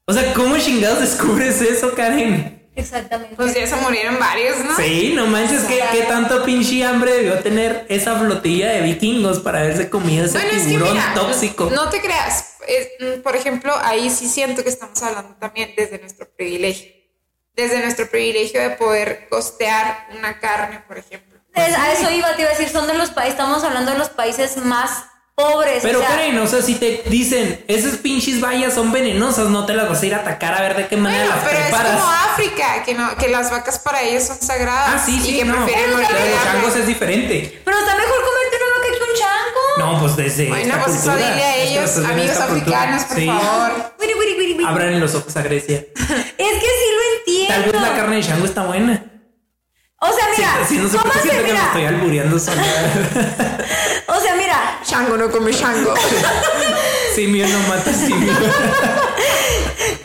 [SPEAKER 2] O sea, ¿cómo chingados descubres eso, Karen?
[SPEAKER 1] Exactamente.
[SPEAKER 3] Pues ya se murieron varios, ¿no?
[SPEAKER 2] Sí, no manches, ¿qué, qué tanto pinche hambre debió tener esa flotilla de vikingos para haberse comido ese
[SPEAKER 3] Bueno, es que
[SPEAKER 2] tiburón
[SPEAKER 3] mira,
[SPEAKER 2] tóxico?
[SPEAKER 3] No te creas, es, mm, por ejemplo, ahí sí siento que estamos hablando también desde nuestro privilegio. Desde nuestro privilegio de poder costear una carne, por ejemplo.
[SPEAKER 1] Es- a eso iba, te iba a decir, son de los países, estamos hablando de los países más pobres.
[SPEAKER 2] Pero
[SPEAKER 1] o sea,
[SPEAKER 2] Karen, o sea, si te dicen, esas pinches vallas son venenosas, no te las vas a ir a atacar a ver de qué manera
[SPEAKER 3] Bueno,
[SPEAKER 2] las
[SPEAKER 3] pero es
[SPEAKER 2] preparas.
[SPEAKER 3] como África, que, no, que las vacas para ellos son sagradas.
[SPEAKER 2] Ah, sí, sí,
[SPEAKER 3] y que
[SPEAKER 2] no.
[SPEAKER 3] prefieren
[SPEAKER 2] Pero
[SPEAKER 3] morir de
[SPEAKER 2] de los
[SPEAKER 3] hambre.
[SPEAKER 2] changos es diferente.
[SPEAKER 1] Pero está mejor comerte una vaca que un chango.
[SPEAKER 2] No, pues desde
[SPEAKER 3] Bueno,
[SPEAKER 2] esta
[SPEAKER 3] pues eso
[SPEAKER 2] cultura.
[SPEAKER 3] dile a
[SPEAKER 2] Es que
[SPEAKER 3] ellos,
[SPEAKER 2] estás viendo
[SPEAKER 3] amigos
[SPEAKER 2] esta cultura.
[SPEAKER 3] africanos, por
[SPEAKER 2] Sí.
[SPEAKER 3] favor.
[SPEAKER 1] Wiri, wiri, wiri, wiri.
[SPEAKER 2] Abran los ojos a Grecia.
[SPEAKER 1] Es que sí lo
[SPEAKER 2] Tal
[SPEAKER 1] entiendo.
[SPEAKER 2] vez la carne de chango está buena.
[SPEAKER 1] O sea, mira,
[SPEAKER 2] Si no se
[SPEAKER 1] ¿cómo
[SPEAKER 2] puede
[SPEAKER 1] se
[SPEAKER 2] siento que me
[SPEAKER 1] mira?
[SPEAKER 2] estoy albureando sola.
[SPEAKER 1] O sea, mira,
[SPEAKER 3] Shango no come Shango.
[SPEAKER 2] Simio no mata simio.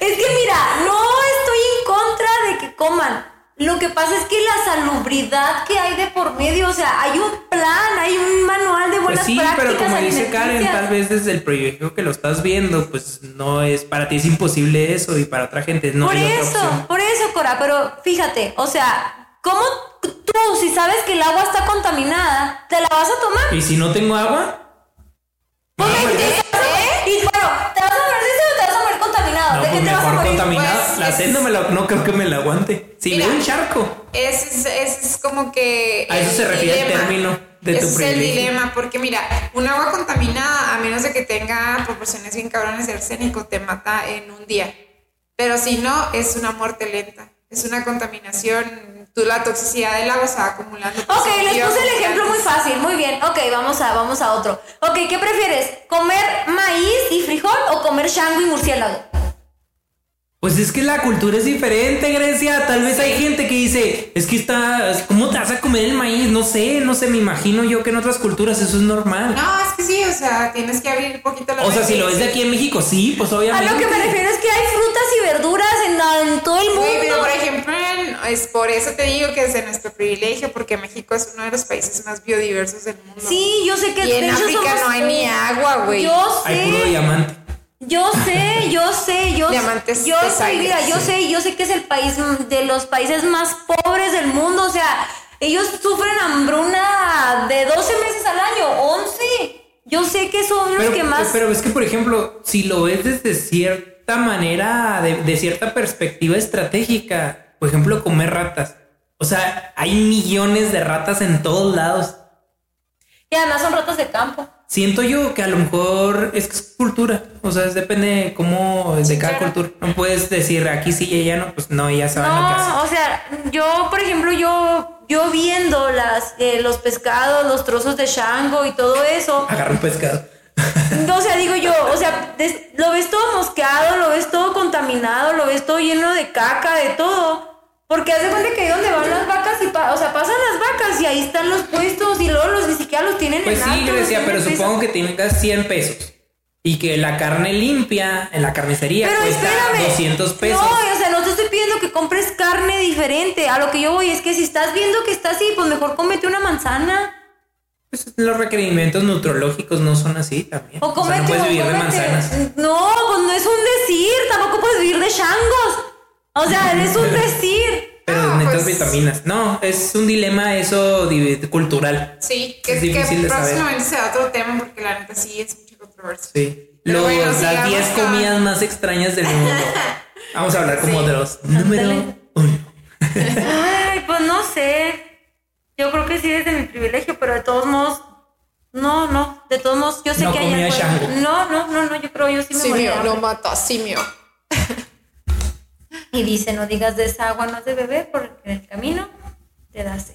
[SPEAKER 1] es que mira, no estoy en contra de que coman. Lo que pasa es que la salubridad que hay de por medio, o sea, hay un plan, hay un manual de
[SPEAKER 2] Pues
[SPEAKER 1] buenas
[SPEAKER 2] sí,
[SPEAKER 1] prácticas.
[SPEAKER 2] pero como dice Karen,
[SPEAKER 1] alimenticias.
[SPEAKER 2] tal vez desde el privilegio que lo estás viendo, pues no es para ti es imposible eso y para otra gente no
[SPEAKER 1] por
[SPEAKER 2] hay otra
[SPEAKER 1] eso,
[SPEAKER 2] opción.
[SPEAKER 1] por eso, Cora, pero fíjate, o sea, ¿cómo tú, si sabes que el agua está contaminada, te la vas a tomar?
[SPEAKER 2] Y si no tengo agua,
[SPEAKER 1] Pues me dices, ¿eh? Y bueno, ¿te vas a morir de eso o te vas a morir contaminado?
[SPEAKER 2] no,
[SPEAKER 1] ¿De qué
[SPEAKER 2] pues
[SPEAKER 1] te vas a
[SPEAKER 2] mejor
[SPEAKER 1] morir?
[SPEAKER 2] contaminado.
[SPEAKER 3] Pues,
[SPEAKER 2] la
[SPEAKER 3] es-
[SPEAKER 2] sed no me la, no creo que me la aguante. Si
[SPEAKER 3] Mira.
[SPEAKER 2] veo un charco,
[SPEAKER 3] Ese es, ese es como que.
[SPEAKER 2] A eso
[SPEAKER 3] el
[SPEAKER 2] se refiere el
[SPEAKER 3] dilema.
[SPEAKER 2] término de
[SPEAKER 3] Ese
[SPEAKER 2] tu
[SPEAKER 3] es el
[SPEAKER 2] privilegio.
[SPEAKER 3] dilema, porque mira, un agua contaminada, a menos de que tenga proporciones bien cabrones de arsénico, te mata en un día. Pero si no, es una muerte lenta. Es una contaminación. Tú la toxicidad del agua se va acumulando.
[SPEAKER 1] Ok,
[SPEAKER 3] Pues,
[SPEAKER 1] les
[SPEAKER 3] yo-
[SPEAKER 1] puse el ejemplo muy fácil, muy bien. Ok, vamos a, vamos a otro. Ok, ¿qué prefieres? ¿Comer maíz y frijol o comer chango y murciélago?
[SPEAKER 2] pues es que la cultura es diferente, Grecia. Tal vez hay gente que dice, es que está, ¿cómo te vas a comer el maíz? No sé, no sé, me imagino yo que en otras culturas eso es normal.
[SPEAKER 3] No, es que sí, o sea, tienes que abrir un poquito la
[SPEAKER 2] o sea, si
[SPEAKER 3] mente.
[SPEAKER 2] lo ves de aquí en México, sí, pues
[SPEAKER 1] A
[SPEAKER 2] obviamente.
[SPEAKER 1] lo que me refiero es que hay frutas y verduras en, en todo el
[SPEAKER 3] Güey, pero
[SPEAKER 1] mundo.
[SPEAKER 3] por ejemplo, en- es por eso te digo que es de nuestro privilegio, porque México es uno de los países más biodiversos del mundo.
[SPEAKER 1] Sí, yo sé que
[SPEAKER 3] Y en
[SPEAKER 1] de hecho
[SPEAKER 3] África
[SPEAKER 1] somos-
[SPEAKER 3] no hay ni agua, güey.
[SPEAKER 1] Yo sé.
[SPEAKER 2] Hay puro diamante.
[SPEAKER 1] Yo sé, yo sé, yo
[SPEAKER 3] Diamantes
[SPEAKER 1] sé. Yo
[SPEAKER 3] de
[SPEAKER 1] sé, mira,
[SPEAKER 3] sangre,
[SPEAKER 1] yo
[SPEAKER 3] sí.
[SPEAKER 1] sé, yo sé que es el país mm, de los países más pobres del mundo. O sea, ellos sufren hambruna de 12 meses al año, 11. Yo sé que son los
[SPEAKER 2] Pero,
[SPEAKER 1] que más.
[SPEAKER 2] pero es que, por ejemplo, si lo ves desde cierta manera, de, de cierta perspectiva estratégica, por ejemplo, comer ratas. O sea, hay millones de ratas en todos lados.
[SPEAKER 1] Y además son ratas de campo.
[SPEAKER 2] Siento yo que a lo mejor es que es cultura. O sea, es- depende de cómo, de
[SPEAKER 3] Sí,
[SPEAKER 2] cada
[SPEAKER 3] claro.
[SPEAKER 2] cultura. No puedes decir aquí sí y allá no, pues no, ya saben lo que hacen.
[SPEAKER 1] No, o sea, yo, por ejemplo, yo, yo viendo las, eh, los pescados, los trozos de chango y todo eso.
[SPEAKER 2] Agarra un pescado.
[SPEAKER 1] O sea, digo yo, o sea, des- lo ves todo mosqueado, lo ves todo contaminado, lo ves todo lleno de caca, de todo. Porque hace cuenta que ahí donde van las vacas y, pa- o sea, pasan las vacas y ahí están los puestos y luego los ni siquiera los tienen
[SPEAKER 2] Pues
[SPEAKER 1] en alto,
[SPEAKER 2] sí,
[SPEAKER 1] los
[SPEAKER 2] Grecia,
[SPEAKER 1] tienen
[SPEAKER 2] pero
[SPEAKER 1] en piso.
[SPEAKER 2] supongo que tengas 100 pesos. Y que la carne limpia en la carnicería
[SPEAKER 1] Pero
[SPEAKER 2] cuesta
[SPEAKER 1] espérame.
[SPEAKER 2] 200 pesos.
[SPEAKER 1] No, o sea, no te estoy pidiendo que compres carne diferente. A lo que yo voy es que si estás viendo que está así, pues mejor cómete una manzana.
[SPEAKER 2] Pues, los requerimientos nutrológicos no son así también.
[SPEAKER 1] O
[SPEAKER 2] sea,
[SPEAKER 1] cómete,
[SPEAKER 2] no puedes
[SPEAKER 1] o
[SPEAKER 2] vivir de
[SPEAKER 1] cómete.
[SPEAKER 3] Ah,
[SPEAKER 2] manzanas.
[SPEAKER 1] No, pues no es un decir, tampoco puedes vivir de changos. O sea, es un decir.
[SPEAKER 2] Pero
[SPEAKER 3] No,
[SPEAKER 2] necesitas
[SPEAKER 3] pues-
[SPEAKER 2] vitaminas. No, es un dilema eso di- cultural.
[SPEAKER 3] Sí, que,
[SPEAKER 2] Es
[SPEAKER 3] que
[SPEAKER 2] difícil de saber.
[SPEAKER 3] próximamente será otro tema porque la neta sí es mucha controversia.
[SPEAKER 2] Sí.
[SPEAKER 3] Pero
[SPEAKER 2] Los,
[SPEAKER 3] bueno,
[SPEAKER 2] las
[SPEAKER 3] sigamos
[SPEAKER 2] 10
[SPEAKER 3] con-
[SPEAKER 2] comidas más extrañas del mundo. Vamos a hablar como
[SPEAKER 3] Sí.
[SPEAKER 2] de los número
[SPEAKER 1] Ándale.
[SPEAKER 2] uno.
[SPEAKER 1] Ay, pues no sé. Yo creo que sí desde mi privilegio, pero de todos modos, no, no, de todos modos, yo sé
[SPEAKER 2] No
[SPEAKER 1] que hay
[SPEAKER 2] comía
[SPEAKER 1] algo ahí.
[SPEAKER 2] chango.
[SPEAKER 1] No, no, no, no, yo creo yo sí me moría.
[SPEAKER 3] Simio, lo mató a Simio.
[SPEAKER 1] Y dice, no digas de esa agua no es de beber, porque en el camino te da sed.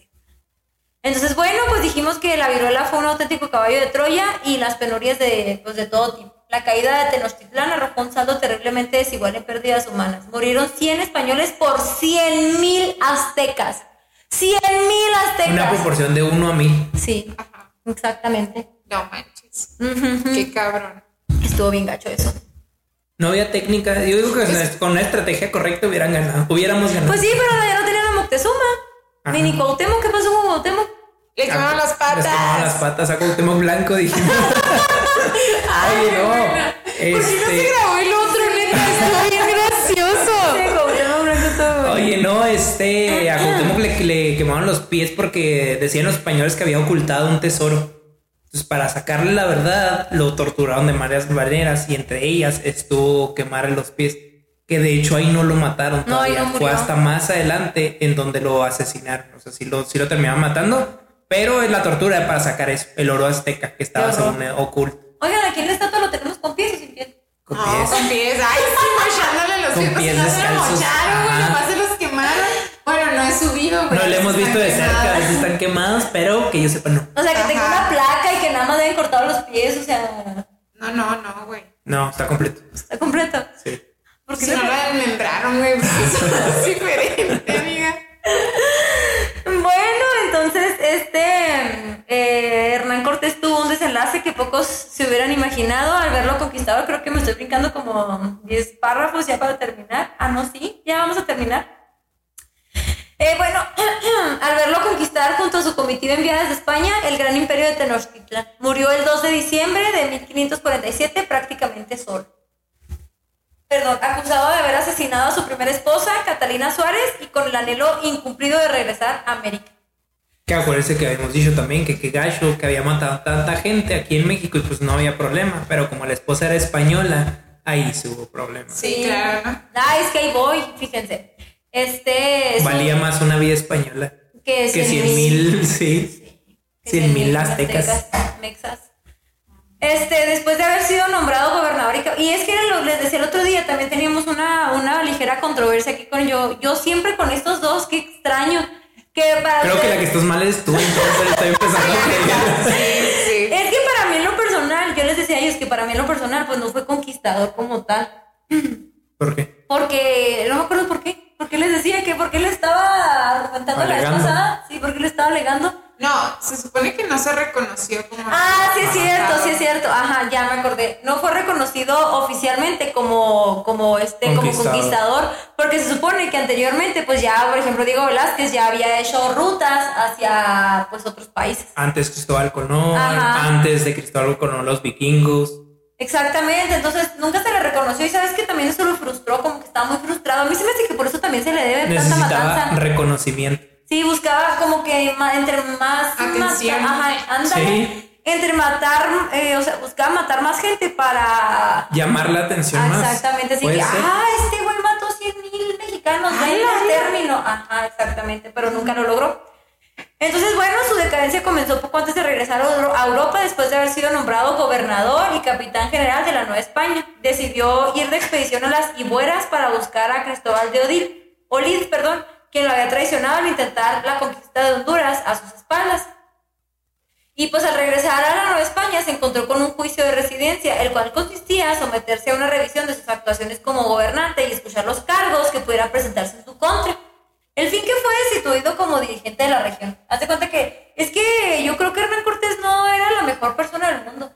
[SPEAKER 1] Entonces, bueno, pues dijimos que la viruela fue un auténtico caballo de Troya y las penurias de, pues, de todo tipo. La caída de Tenochtitlán arrojó un saldo terriblemente desigual en pérdidas humanas. Murieron 100 españoles por 100 mil aztecas. 100 mil aztecas.
[SPEAKER 2] Una proporción de 1 a 1000.
[SPEAKER 1] Sí,
[SPEAKER 3] Ajá.
[SPEAKER 1] exactamente.
[SPEAKER 3] No manches.
[SPEAKER 1] Ujú.
[SPEAKER 3] Qué cabrón.
[SPEAKER 1] Estuvo bien gacho eso.
[SPEAKER 2] No había técnica. Yo digo que con una estrategia correcta hubieran ganado. Hubiéramos ganado.
[SPEAKER 1] Pues sí, pero ya no tenían a Moctezuma.
[SPEAKER 2] Ajá.
[SPEAKER 1] Ni ni Cuauhtémoc, ¿qué pasó con Cuauhtémoc?
[SPEAKER 3] Le quemaron las
[SPEAKER 2] Les Ah, quemaron
[SPEAKER 3] patas.
[SPEAKER 2] las patas. A Cuauhtémoc Blanco dijimos. Ay, no.
[SPEAKER 3] ¿Por qué no se
[SPEAKER 2] Este,
[SPEAKER 3] grabó el otro, neta? Estuvo bien gracioso.
[SPEAKER 1] Cuauhtémoc Blanco todo.
[SPEAKER 2] Oye, no, este, a Cuauhtémoc le, le quemaron los pies porque decían los españoles que había ocultado un tesoro. Entonces, para sacarle la verdad, lo torturaron de varias maneras y entre ellas estuvo quemarle los pies. Que de hecho ahí no lo mataron.
[SPEAKER 1] No, ahí
[SPEAKER 2] todavía.
[SPEAKER 1] no
[SPEAKER 2] Fue
[SPEAKER 1] murió.
[SPEAKER 2] hasta más adelante en donde lo asesinaron. O sea, sí lo, sí lo terminaron matando, pero es la tortura era para sacar eso, el oro azteca que estaba
[SPEAKER 1] Qué horror. Ah,
[SPEAKER 2] según él, oculto.
[SPEAKER 1] Oigan, aquí en la estatua lo tenemos con pies o sin pies.
[SPEAKER 2] Con
[SPEAKER 3] No,
[SPEAKER 2] pies.
[SPEAKER 3] con pies. Ay, sí, mochándole los
[SPEAKER 2] Con
[SPEAKER 3] pies.
[SPEAKER 2] pies
[SPEAKER 3] Pues no se lo
[SPEAKER 2] descalzos.
[SPEAKER 3] mocharon, güey.
[SPEAKER 2] Ajá.
[SPEAKER 3] Nomás se los quemaron. Bueno, no he subido,
[SPEAKER 1] pues,
[SPEAKER 3] güey.
[SPEAKER 2] No lo hemos visto de cerca, a veces están quemados, pero que yo sepa, no.
[SPEAKER 1] O sea, que tenga
[SPEAKER 3] Ajá.
[SPEAKER 1] una placa y que nada más le hayan cortado los pies, o sea,
[SPEAKER 3] No, no, no, güey.
[SPEAKER 2] No, está completo.
[SPEAKER 1] está completo.
[SPEAKER 2] Sí.
[SPEAKER 1] Porque
[SPEAKER 3] Porque si no lo desmembraron, güey. porque Eso es diferente, amiga.
[SPEAKER 1] Bueno, entonces este eh, Hernán Cortés tuvo un desenlace que pocos se hubieran imaginado al verlo conquistado. Creo que me estoy brincando como 10 párrafos ya para terminar. Ah, no, sí, ya vamos a terminar. Eh, bueno, al verlo conquistar junto a su comitiva enviada desde España, el gran imperio de Tenochtitlan murió el 2 de diciembre de 1547 prácticamente solo perdón, acusado de haber asesinado a su primera esposa, Catalina Suárez, y con el anhelo incumplido de regresar a América.
[SPEAKER 2] Que acuérdense que habíamos dicho también que, que Gacho, que había matado tanta gente aquí en México y pues no había problema, pero como la esposa era española, ahí sí hubo problema.
[SPEAKER 3] Sí, claro, ¿no?
[SPEAKER 1] Ah, es que ahí voy, fíjense. Este es
[SPEAKER 2] Valía más una vida española
[SPEAKER 1] un- que
[SPEAKER 2] que
[SPEAKER 1] 100
[SPEAKER 2] cien mil, sí.
[SPEAKER 1] que
[SPEAKER 2] 100 mil aztecas.
[SPEAKER 1] Mexas. Este, después de haber sido nombrado gobernador y, ca- y es que era lo- les decía el otro día, también teníamos una, una ligera controversia aquí con yo. Yo siempre con estos dos, qué extraño. Que para
[SPEAKER 2] Creo que
[SPEAKER 1] ustedes-
[SPEAKER 2] la que estás mal es tú, entonces estoy empezando a creer.
[SPEAKER 3] Sí, sí.
[SPEAKER 1] Es que para mí en lo personal, yo les decía a ellos que para mí en lo personal, pues no fue conquistador como tal.
[SPEAKER 2] ¿Por qué?
[SPEAKER 1] Porque, no me acuerdo por qué. Porque les decía que porque le estaba argumentando la
[SPEAKER 2] Alegando.
[SPEAKER 1] vez pasada. Sí, porque le estaba alegando.
[SPEAKER 3] No, se supone que no se reconoció como.
[SPEAKER 1] Ah, sí es cierto, sí es cierto. Ajá, ya me acordé. No fue reconocido oficialmente como, como este, como
[SPEAKER 2] Conquistador.
[SPEAKER 1] conquistador, porque se supone que anteriormente, pues ya, por ejemplo, Diego Velázquez ya había hecho rutas hacia pues otros países.
[SPEAKER 2] Antes Cristóbal Colón,
[SPEAKER 1] Ajá.
[SPEAKER 2] antes de Cristóbal Colón los vikingos.
[SPEAKER 1] Exactamente, entonces nunca se le reconoció y sabes que también eso lo frustró, como que estaba muy frustrado. A mí se me hace que por eso también se le debe tanta
[SPEAKER 2] Necesitaba
[SPEAKER 1] matanza.
[SPEAKER 2] reconocimiento.
[SPEAKER 1] Sí, buscaba como que ma- entre más...
[SPEAKER 3] Atención.
[SPEAKER 1] mata- ajá, ándale.
[SPEAKER 2] Sí.
[SPEAKER 1] Entre matar, eh, o sea, buscaba matar más gente para...
[SPEAKER 2] Llamar la atención más.
[SPEAKER 1] Ah, Exactamente, así
[SPEAKER 2] Puede
[SPEAKER 1] que,
[SPEAKER 2] ser.
[SPEAKER 1] ah, este güey mató 100 mil mexicanos,
[SPEAKER 3] Ay,
[SPEAKER 1] ven
[SPEAKER 3] Ah, la
[SPEAKER 1] el
[SPEAKER 3] verga.
[SPEAKER 1] término. Ajá, exactamente, pero nunca lo logró. Entonces, bueno, su decadencia comenzó poco antes de regresar a Euro- a Europa después de haber sido nombrado gobernador y capitán general de la Nueva España. Decidió ir de expedición a las Ibueras para buscar a Cristóbal de Odil, Olid, perdón, quien lo había traicionado al intentar la conquista de Honduras a sus espaldas. Y pues al regresar a la Nueva España se encontró con un juicio de residencia, el cual consistía en someterse a una revisión de sus actuaciones como gobernante y escuchar los cargos que pudieran presentarse en su contra. El fin que fue destituido como dirigente de la región. Haz de cuenta que es que yo creo que Hernán Cortés no era la mejor persona del mundo.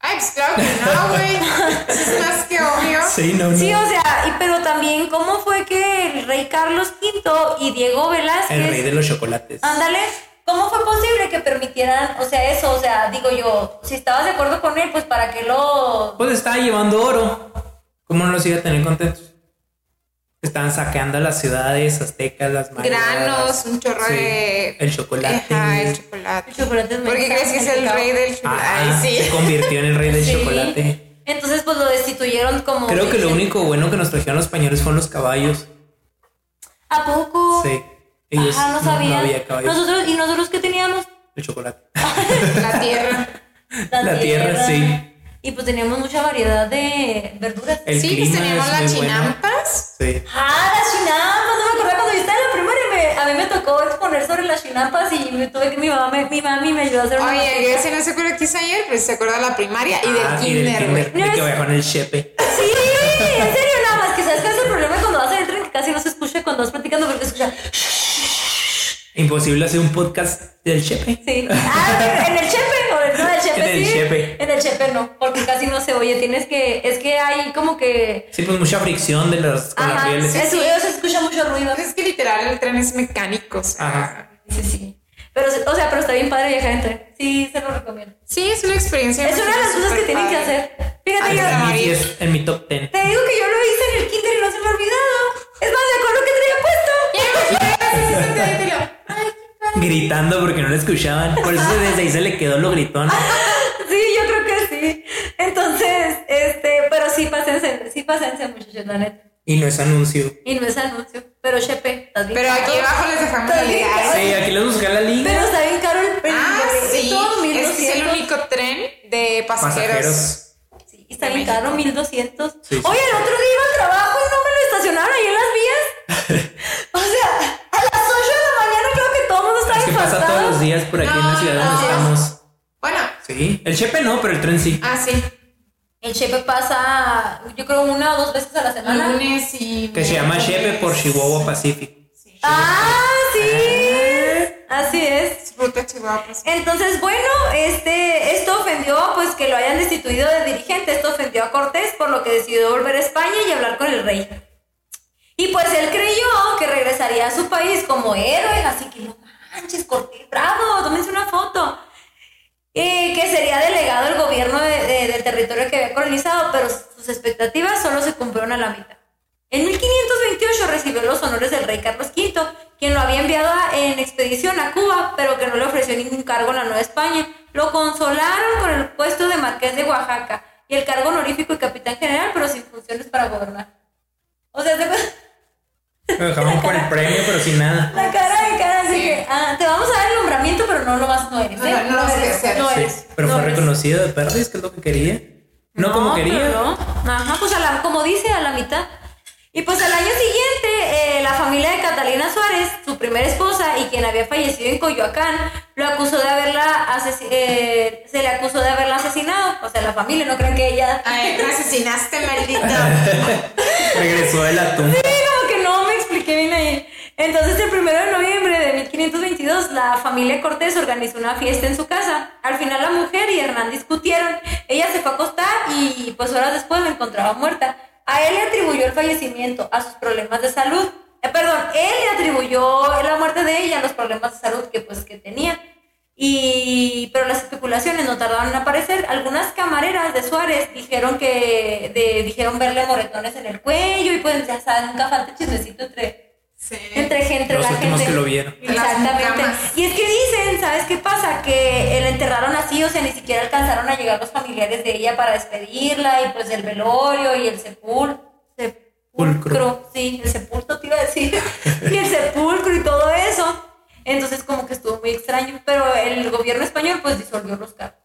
[SPEAKER 3] Ay, pues claro que no, güey. Eso es más que obvio.
[SPEAKER 2] Sí, no, no.
[SPEAKER 1] Sí, o sea, y, pero también cómo fue que el rey Carlos V y Diego Velázquez...
[SPEAKER 2] El rey de los chocolates.
[SPEAKER 1] Ándale, ¿cómo fue posible que permitieran, o sea, eso? O sea, digo yo, si estabas de acuerdo con él, pues para que lo...
[SPEAKER 2] Pues estaba llevando oro. ¿Cómo no los iba a tener contentos? Estaban saqueando las ciudades aztecas, las mayas.
[SPEAKER 3] Granos, un chorro
[SPEAKER 2] Sí.
[SPEAKER 3] de.
[SPEAKER 2] El chocolate.
[SPEAKER 3] Ajá, el chocolate.
[SPEAKER 1] El chocolate es
[SPEAKER 3] ¿Por qué
[SPEAKER 1] mexicano,
[SPEAKER 3] crees que es el
[SPEAKER 1] mexicano.
[SPEAKER 3] rey del chocolate?
[SPEAKER 2] Ah,
[SPEAKER 3] Ay,
[SPEAKER 2] Se
[SPEAKER 3] sí.
[SPEAKER 2] convirtió en el rey del
[SPEAKER 1] Sí.
[SPEAKER 2] chocolate.
[SPEAKER 1] Entonces, pues lo destituyeron como...
[SPEAKER 2] Creo que lo
[SPEAKER 1] dicen.
[SPEAKER 2] único bueno que nos trajeron los españoles fueron los caballos.
[SPEAKER 1] ¿A poco?
[SPEAKER 2] Sí. Ellos
[SPEAKER 1] Ajá, no sabía.
[SPEAKER 2] había caballos.
[SPEAKER 1] nosotros, ¿Y nosotros qué teníamos?
[SPEAKER 2] El chocolate.
[SPEAKER 3] La tierra.
[SPEAKER 2] La tierra, sí.
[SPEAKER 1] Y pues teníamos mucha variedad de verduras.
[SPEAKER 2] El
[SPEAKER 3] sí, pues
[SPEAKER 2] clima
[SPEAKER 3] teníamos
[SPEAKER 2] es
[SPEAKER 3] las
[SPEAKER 2] muy bueno.
[SPEAKER 3] chinampas.
[SPEAKER 2] Sí.
[SPEAKER 1] Ah, las chinampas, no me acordaba cuando yo estaba en la primaria, me- a mí me tocó exponer sobre las chinampas y me tuve que mi mamá, me- mi mami me ayudó a hacer una
[SPEAKER 3] Oye,
[SPEAKER 1] maqueta.
[SPEAKER 3] que ese no se acuerda que hice ayer, pues se acuerda de la primaria y del
[SPEAKER 2] Ah, y del
[SPEAKER 3] kinder, güey.
[SPEAKER 2] kinder. De
[SPEAKER 1] No,
[SPEAKER 2] que
[SPEAKER 1] es-
[SPEAKER 2] viajó en el chepe.
[SPEAKER 1] Sí, en serio, nada más que sabes cuál es el problema cuando vas en el tren que casi no se escucha cuando vas platicando porque se escucha.
[SPEAKER 2] Imposible hacer un podcast del chepe.
[SPEAKER 1] Sí. Ah, en el chepe, o en- no, en el chepe
[SPEAKER 2] En el
[SPEAKER 1] sí.
[SPEAKER 2] chepe.
[SPEAKER 1] En el chepe no, porque casi no se oye. Tienes que, es que hay como que.
[SPEAKER 2] Sí, pues mucha fricción de los, con las
[SPEAKER 1] Ajá,
[SPEAKER 2] pieles.
[SPEAKER 1] se,
[SPEAKER 3] sí.
[SPEAKER 1] se escucha mucho ruido.
[SPEAKER 3] Es que literal el tren es mecánico. o sea.
[SPEAKER 2] Ajá.
[SPEAKER 1] Sí, sí. Pero, se- o sea, pero está bien padre viajar en tren. Sí, se lo recomiendo.
[SPEAKER 3] Sí, es una experiencia.
[SPEAKER 1] Es una de las cosas que tienen que
[SPEAKER 3] superpadre.
[SPEAKER 1] hacer.
[SPEAKER 3] Ahí
[SPEAKER 1] Fíjate, yo,
[SPEAKER 3] está.
[SPEAKER 2] En mi
[SPEAKER 3] Amarillo.
[SPEAKER 2] 10, en mi top 10.
[SPEAKER 1] te digo que yo lo hice en el kinder y no se me ha olvidado. Es más, me acuerdo que traía puesto.
[SPEAKER 3] Sí, sí, sí, sí, sí, sí, sí.
[SPEAKER 2] Gritando porque no lo escuchaban. Por eso desde ahí se le quedó lo gritón.
[SPEAKER 1] este, sí pásense, sí pásense, muchachos, la neta.
[SPEAKER 2] Y no es anuncio.
[SPEAKER 1] Y no es anuncio, pero Chepe, ¿estás bien?
[SPEAKER 3] Pero aquí
[SPEAKER 1] caro?
[SPEAKER 3] abajo les dejamos
[SPEAKER 1] Está
[SPEAKER 3] el
[SPEAKER 1] bien
[SPEAKER 3] enlace.
[SPEAKER 1] caro.
[SPEAKER 2] Sí, aquí les busca la liga.
[SPEAKER 1] Pero está bien caro el precio.
[SPEAKER 3] Ah, sí. Es que es el
[SPEAKER 1] 1200.
[SPEAKER 3] único tren de pasajeros.
[SPEAKER 2] Pasajeros.
[SPEAKER 1] Sí, está bien caro, 1200.
[SPEAKER 2] Sí, sí.
[SPEAKER 1] Oye, el otro día iba al trabajo y no me lo estacionaron ahí en las vías. o sea, a las 8 de la mañana creo que todo el mundo
[SPEAKER 2] Es
[SPEAKER 1] estaba
[SPEAKER 2] que pasa
[SPEAKER 1] infartado.
[SPEAKER 2] todos los días por aquí en la
[SPEAKER 3] No,
[SPEAKER 2] ciudad donde
[SPEAKER 3] no.
[SPEAKER 2] estamos.
[SPEAKER 3] Bueno,
[SPEAKER 2] Sí. El chepe no, pero el tren sí.
[SPEAKER 3] ah, sí.
[SPEAKER 1] El chepe pasa, yo creo, una o dos veces a la semana.
[SPEAKER 3] Lunes y.
[SPEAKER 2] Que se llama
[SPEAKER 3] miércoles.
[SPEAKER 2] Chepe por Chihuahua Pacific.
[SPEAKER 3] Sí.
[SPEAKER 1] Ah, sí.
[SPEAKER 2] Eh.
[SPEAKER 1] Así es.
[SPEAKER 3] Ruta Chihuahua. pues.
[SPEAKER 1] Entonces, bueno, este, esto ofendió, pues que lo hayan destituido de dirigente, esto ofendió a Cortés, por lo que decidió volver a España y hablar con el rey. Y pues él creyó que regresaría a su país como héroe, así que no manches, Cortés, bravo, tómense una foto. Eh, que sería delegado el gobierno de- de- del territorio que había colonizado, pero sus expectativas solo se cumplieron a la mitad. En 1528 recibió los honores del rey Carlos V, quien lo había enviado a- en expedición a Cuba, pero que no le ofreció ningún cargo en la Nueva España. Lo consolaron con el puesto de marqués de Oaxaca y el cargo honorífico de capitán general, pero sin funciones para gobernar. O sea, se-
[SPEAKER 2] Lo dejamos por el premio, pero sin nada.
[SPEAKER 1] La cara de cara, así que ah, te vamos a dar el nombramiento, pero no lo vas, no eres. ¿eh?
[SPEAKER 3] No, no lo vas a hacer,
[SPEAKER 1] No
[SPEAKER 2] Sí,
[SPEAKER 1] eres.
[SPEAKER 2] pero
[SPEAKER 1] no
[SPEAKER 2] fue
[SPEAKER 1] eres.
[SPEAKER 2] reconocido de Perlis, que es lo que quería. No, como
[SPEAKER 1] pero
[SPEAKER 2] quería.
[SPEAKER 1] no. Ajá, pues a la, como dice, a la mitad. Y pues al año siguiente, eh, la familia de Catalina Suárez, su primera esposa y quien había fallecido en Coyoacán, lo acusó de haberla asesi- eh, se le acusó de haberla asesinado. O sea, la familia, no creen que ella.
[SPEAKER 3] Ay, Ah, eh, me asesinaste, maldito.
[SPEAKER 2] Regresó de la tumba.
[SPEAKER 1] Sí, como que no me expliqué bien ahí. Entonces, el primero de noviembre de 1522, la familia Cortés organizó una fiesta en su casa. Al final, la mujer y Hernán discutieron. Ella se fue a acostar y, pues, horas después la encontraba muerta. A él le atribuyó el fallecimiento, a sus problemas de salud. Eh, perdón, él le atribuyó la muerte de ella, a los problemas de salud que, pues, que tenía. Y, pero las especulaciones no tardaron en aparecer. Algunas camareras de Suárez dijeron que de- dijeron verle moretones en el cuello y pues ya saben, nunca falta chismecito entre,
[SPEAKER 3] Sí.
[SPEAKER 1] entre gente,
[SPEAKER 2] Los
[SPEAKER 1] la
[SPEAKER 2] últimos
[SPEAKER 1] gente.
[SPEAKER 2] que lo vieron.
[SPEAKER 3] Las
[SPEAKER 1] Exactamente.
[SPEAKER 3] mucamas.
[SPEAKER 1] Y es que dicen, ¿sabes qué pasa? Que eh, la enterraron así, o sea, ni siquiera alcanzaron a llegar los familiares de ella para despedirla y pues el velorio y el sepulcro. Sepulcro,
[SPEAKER 2] Pulcro.
[SPEAKER 1] sí, el sepulcro te iba a decir. y el sepulcro y todo eso. Entonces como que estuvo muy extraño, pero el gobierno español pues disolvió los cargos.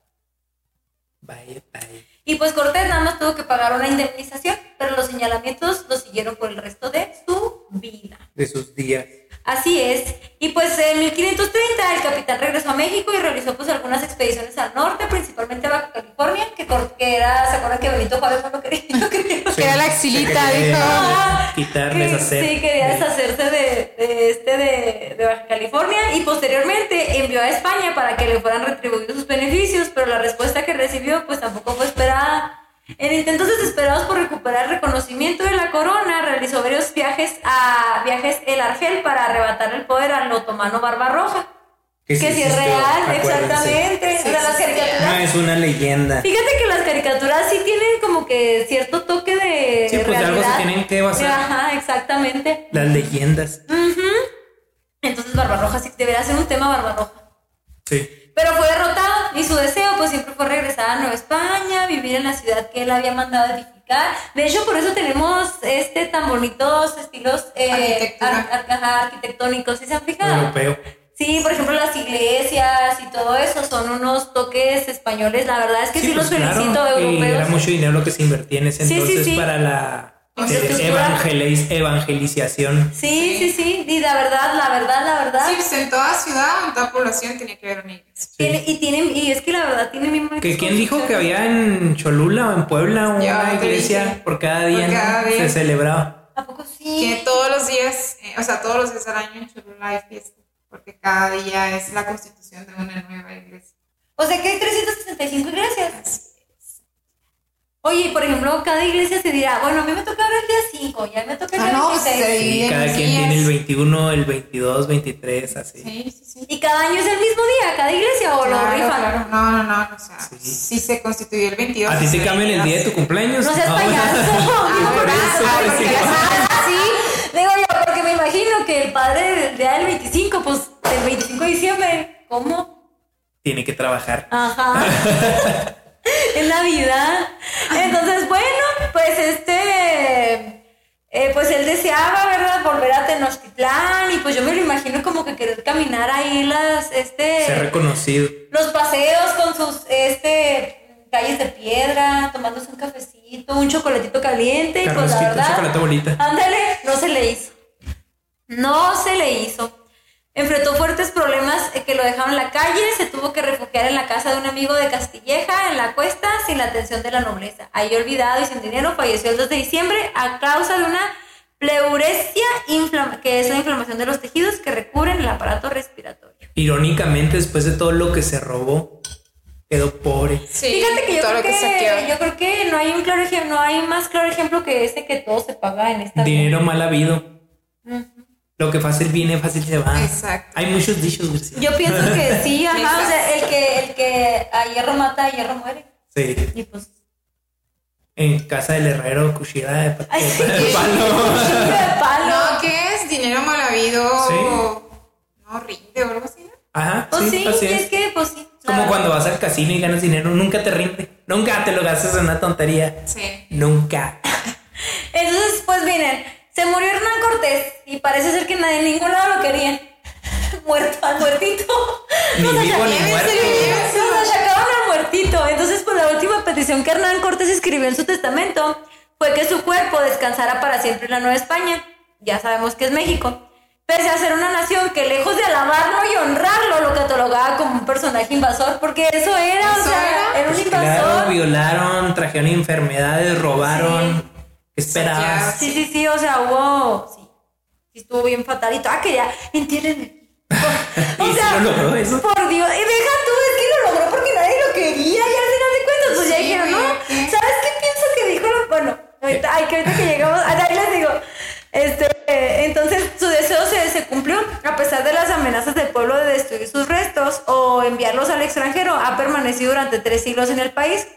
[SPEAKER 2] Vaya, vaya.
[SPEAKER 1] Y pues Cortés nada más tuvo que pagar una indemnización, pero los señalamientos los siguieron por el resto de su vida.
[SPEAKER 2] De sus días.
[SPEAKER 1] Así es. Y pues en 1530 el capitán regresó a México y realizó pues algunas expediciones al norte, principalmente a Baja California, que, cor- que era, ¿se acuerdan que Benito Juárez no lo quería? No quería.
[SPEAKER 2] Sí,
[SPEAKER 3] Era la
[SPEAKER 2] se
[SPEAKER 3] axilita,
[SPEAKER 2] quería Quitarles
[SPEAKER 1] Que-
[SPEAKER 2] hacer.
[SPEAKER 1] Sí, quería deshacerse de, de este de, de Baja California y posteriormente envió a España para que le fueran retribuidos sus beneficios, pero la respuesta que recibió pues tampoco fue esperada. En intentos desesperados por recuperar reconocimiento de la corona, realizó varios viajes a viajes el Argel para arrebatar el poder al otomano Barbarroja, que,
[SPEAKER 2] sí
[SPEAKER 1] si es
[SPEAKER 2] existió,
[SPEAKER 1] real,
[SPEAKER 2] acuérdense.
[SPEAKER 1] exactamente.
[SPEAKER 3] Sí,
[SPEAKER 1] O sea,
[SPEAKER 3] sí,
[SPEAKER 1] las
[SPEAKER 3] sí.
[SPEAKER 1] caricaturas-
[SPEAKER 2] No, es una leyenda.
[SPEAKER 1] Fíjate que las caricaturas sí tienen como que cierto toque de
[SPEAKER 2] Sí, pues, de algo se
[SPEAKER 1] realidad.
[SPEAKER 2] tienen que basar.
[SPEAKER 1] Ajá, exactamente.
[SPEAKER 2] Las leyendas.
[SPEAKER 1] Entonces Barbarroja sí debería ser un tema Barbarroja.
[SPEAKER 2] Sí.
[SPEAKER 1] Pero fue derrotado y su deseo pues siempre fue regresar a Nueva España, vivir en la ciudad que él había mandado edificar. De hecho, por eso tenemos este tan bonitos estilos eh,
[SPEAKER 3] Arquitectura.
[SPEAKER 1] ar- ar- ajá, arquitectónicos, ¿sí se han fijado?
[SPEAKER 2] Europeo.
[SPEAKER 1] Sí, por ejemplo, las iglesias y todo eso son unos toques españoles. La verdad es que sí, los
[SPEAKER 2] pues, claro,
[SPEAKER 1] felicito,
[SPEAKER 2] Y era
[SPEAKER 1] europeos.
[SPEAKER 2] mucho dinero lo que se invertía en ese
[SPEAKER 1] Sí, sí,
[SPEAKER 2] entonces
[SPEAKER 1] sí.
[SPEAKER 2] para la
[SPEAKER 1] Infraestructura.
[SPEAKER 2] evangeliz- evangelización.
[SPEAKER 1] Sí, sí, sí, y la verdad, la verdad, la verdad.
[SPEAKER 3] Sí, pues en toda ciudad, en toda población tenía que haber una iglesia.
[SPEAKER 1] Tiene- y tienen, y es que la verdad tiene mi
[SPEAKER 2] ¿Que ¿Quién dijo que había en Cholula o en Puebla una
[SPEAKER 3] Ya te
[SPEAKER 2] iglesia
[SPEAKER 3] dije.
[SPEAKER 2] por cada día,
[SPEAKER 3] Por cada
[SPEAKER 2] ¿no?
[SPEAKER 3] día.
[SPEAKER 2] se celebraba?
[SPEAKER 1] ¿A poco
[SPEAKER 3] Que
[SPEAKER 1] sí?
[SPEAKER 3] todos los días, eh, o sea, todos los días al año en Cholula hay fiesta, porque cada día es la constitución de una nueva iglesia.
[SPEAKER 1] O sea que hay 365 iglesias.
[SPEAKER 3] Así.
[SPEAKER 1] Oye, y por ejemplo, cada iglesia se dirá, bueno, a mí me toca ahora el día 5, ya me toca el
[SPEAKER 3] Ah,
[SPEAKER 1] día
[SPEAKER 3] no, pues,
[SPEAKER 1] 26.
[SPEAKER 3] se divide
[SPEAKER 2] Y
[SPEAKER 3] en
[SPEAKER 2] cada
[SPEAKER 3] los
[SPEAKER 2] quien
[SPEAKER 3] días.
[SPEAKER 2] tiene el 21, el 22, 23, así.
[SPEAKER 3] Sí, sí, sí.
[SPEAKER 1] Y cada año es el mismo día, cada iglesia, o lo
[SPEAKER 3] Claro,
[SPEAKER 1] rifan.
[SPEAKER 3] claro. No, no, no, o sea,
[SPEAKER 2] Sí.
[SPEAKER 3] si se constituyó el 22.
[SPEAKER 2] ¿A ti te
[SPEAKER 3] sí,
[SPEAKER 2] cambian el
[SPEAKER 3] no
[SPEAKER 2] día de
[SPEAKER 3] sé.
[SPEAKER 2] tu cumpleaños?
[SPEAKER 1] No seas
[SPEAKER 2] Ah, bueno.
[SPEAKER 1] payaso.
[SPEAKER 3] Ah,
[SPEAKER 1] Digo,
[SPEAKER 3] por eso,
[SPEAKER 1] ah,
[SPEAKER 3] porque
[SPEAKER 1] porque
[SPEAKER 3] ya
[SPEAKER 1] las-
[SPEAKER 3] sabes.
[SPEAKER 1] sí. Digo yo, porque me imagino que el padre del día del 25, pues del 25 de diciembre, ¿cómo?
[SPEAKER 2] Tiene que trabajar.
[SPEAKER 1] Ajá. en Navidad. Entonces, bueno, pues este, eh, pues él deseaba, ¿verdad? Volver a Tenochtitlán y pues yo me lo imagino como que querer caminar ahí las,
[SPEAKER 2] Ser
[SPEAKER 1] este,
[SPEAKER 2] reconocido.
[SPEAKER 1] los paseos con sus, este, calles de piedra, tomándose un cafecito, un chocolatito caliente y pues la
[SPEAKER 2] Carnosquito,
[SPEAKER 1] verdad...
[SPEAKER 2] chocolate bolita.
[SPEAKER 1] Ándale, no se le hizo. No se le hizo. Enfrentó fuertes problemas eh, que lo dejaron en la calle, se tuvo que refugiar en la casa de un amigo de Castilleja, en la cuesta, sin la atención de la nobleza. Ahí olvidado y sin dinero, falleció el 2 de diciembre a causa de una pleuresia, inflama- que es la inflamación de los tejidos que recubren el aparato respiratorio.
[SPEAKER 2] Irónicamente, después de todo lo que se robó, quedó pobre.
[SPEAKER 3] Sí,
[SPEAKER 1] Fíjate que yo,
[SPEAKER 3] todo
[SPEAKER 1] creo
[SPEAKER 3] lo
[SPEAKER 1] que,
[SPEAKER 3] que, saqueó.
[SPEAKER 1] yo creo que no hay un claro ejem- no hay más claro ejemplo que ese que todo se paga en esta vida.
[SPEAKER 2] Dinero mal habido.
[SPEAKER 3] Ujú.
[SPEAKER 2] Lo que fácil viene, fácil se va.
[SPEAKER 3] Exacto.
[SPEAKER 2] Hay muchos dichos, Lucía.
[SPEAKER 1] Yo pienso que sí, ajá, o
[SPEAKER 3] Exacto.
[SPEAKER 1] sea, el que, el que a hierro mata, a hierro muere.
[SPEAKER 2] Sí.
[SPEAKER 1] Y pues,
[SPEAKER 2] En casa del herrero, cuchillada de, pa-
[SPEAKER 1] Ay,
[SPEAKER 2] de
[SPEAKER 1] sí.
[SPEAKER 2] pa- de palo.
[SPEAKER 1] chingo de
[SPEAKER 3] No,
[SPEAKER 1] palo.
[SPEAKER 3] ¿qué es? Dinero mal habido.
[SPEAKER 2] Sí.
[SPEAKER 3] No rinde o algo así. ¿no?
[SPEAKER 2] Ajá,
[SPEAKER 1] Pues sí,
[SPEAKER 2] sí, así
[SPEAKER 1] y es
[SPEAKER 2] es.
[SPEAKER 1] que, pues sí.
[SPEAKER 2] Es Como
[SPEAKER 1] la-
[SPEAKER 2] cuando vas al casino y ganas dinero, nunca te rinde. Nunca te lo gastas en una tontería.
[SPEAKER 3] Sí.
[SPEAKER 2] Nunca.
[SPEAKER 1] Entonces, pues miren, se murió Hernán Cortés y parece ser que nadie en ningún lado lo querían. Muerto, al muertito.
[SPEAKER 2] Ni
[SPEAKER 1] Pues,
[SPEAKER 2] vivo ni
[SPEAKER 3] Llévenselo,
[SPEAKER 2] muerto.
[SPEAKER 3] llévenselo.
[SPEAKER 1] Nos achacaban al muertito. Entonces, pues la última petición que Hernán Cortés escribió en su testamento fue que su cuerpo descansara para siempre en la Nueva España. Ya sabemos que es México. Pese a ser una nación que lejos de alabarlo y honrarlo, lo catalogaba como un personaje invasor, porque eso era, o
[SPEAKER 3] ¿Eso
[SPEAKER 1] sea,
[SPEAKER 3] era?
[SPEAKER 1] era un
[SPEAKER 2] Pues
[SPEAKER 1] invasor.
[SPEAKER 2] claro, violaron, trajeron enfermedades, robaron. ¿Qué esperabas?
[SPEAKER 1] Ah, Sí, sí, sí, o sea, hubo. Sí, sí estuvo bien fatal y toda que ya, entiéndeme.
[SPEAKER 2] ¿Y si lo logró eso?
[SPEAKER 1] Por Dios, y deja tú, es que lo logró porque nadie lo quería y al final de cuentas, pues ya
[SPEAKER 3] Sí,
[SPEAKER 1] dijeron, no,
[SPEAKER 3] güey, ¿qué?
[SPEAKER 1] ¿sabes qué pienso que dijo? la- Bueno, ahorita, ay, que ahorita que llegamos, ay, ahí les digo, este, eh, entonces su deseo se, se cumplió, a pesar de las amenazas del pueblo de destruir sus restos o enviarlos al extranjero, ha permanecido durante tres siglos en el país.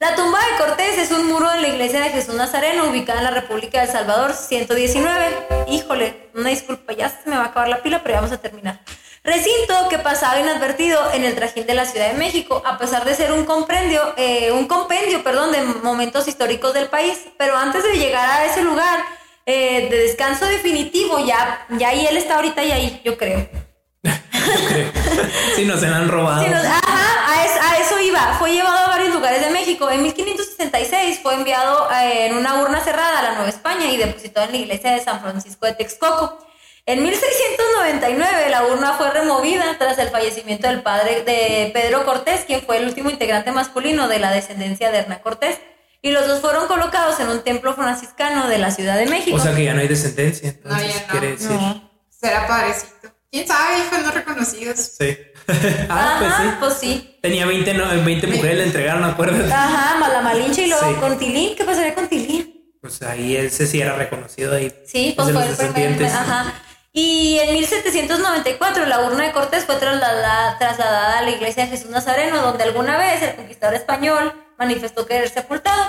[SPEAKER 1] La tumba de Cortés es un muro en la iglesia de Jesús Nazareno, ubicada en la República de El Salvador, 119. Híjole, una disculpa, ya se me va a acabar la pila, pero ya vamos a terminar. Recinto que pasaba inadvertido en el trajín de la Ciudad de México, a pesar de ser un compendio, eh, un compendio, perdón, de momentos históricos del país. Pero antes de llegar a ese lugar eh, de descanso definitivo, ya, ya ahí él está ahorita y ahí, yo creo.
[SPEAKER 2] Si no se la han robado.
[SPEAKER 1] Sí, nos- ajá, a, es- a eso iba. Fue llevado a varios lugares de México. En 1566 fue enviado eh, en una urna cerrada a la Nueva España y depositado en la iglesia de San Francisco de Texcoco. En 1699 la urna fue removida tras el fallecimiento del padre de Pedro Cortés, quien fue el último integrante masculino de la descendencia de Hernán Cortés. Y los dos fueron colocados en un templo franciscano de la Ciudad de México.
[SPEAKER 2] O sea que ya no hay descendencia.
[SPEAKER 3] No,
[SPEAKER 2] Entonces,
[SPEAKER 3] ya no.
[SPEAKER 2] quiere decir.
[SPEAKER 1] No.
[SPEAKER 3] Será padrecito. ¿Quién sabe? Hijos no reconocidos.
[SPEAKER 2] Sí. ah, pues
[SPEAKER 1] Ajá,
[SPEAKER 2] sí.
[SPEAKER 1] pues sí.
[SPEAKER 2] Tenía 20, no, 20 mujeres, le entregaron, acuérdate.
[SPEAKER 1] Ajá, Malamalinche y luego
[SPEAKER 2] Sí.
[SPEAKER 1] con Tilín. ¿Qué pasaría con Tilín?
[SPEAKER 2] Pues ahí ese sí era reconocido ahí.
[SPEAKER 1] Sí,
[SPEAKER 2] Es
[SPEAKER 1] pues
[SPEAKER 2] de
[SPEAKER 1] fue
[SPEAKER 2] los
[SPEAKER 1] el primer.
[SPEAKER 2] descendientes.
[SPEAKER 1] Ajá. Y en 1794 la urna de Cortés fue trasladada, trasladada a la iglesia de Jesús Nazareno, donde alguna vez el conquistador español manifestó querer sepultado.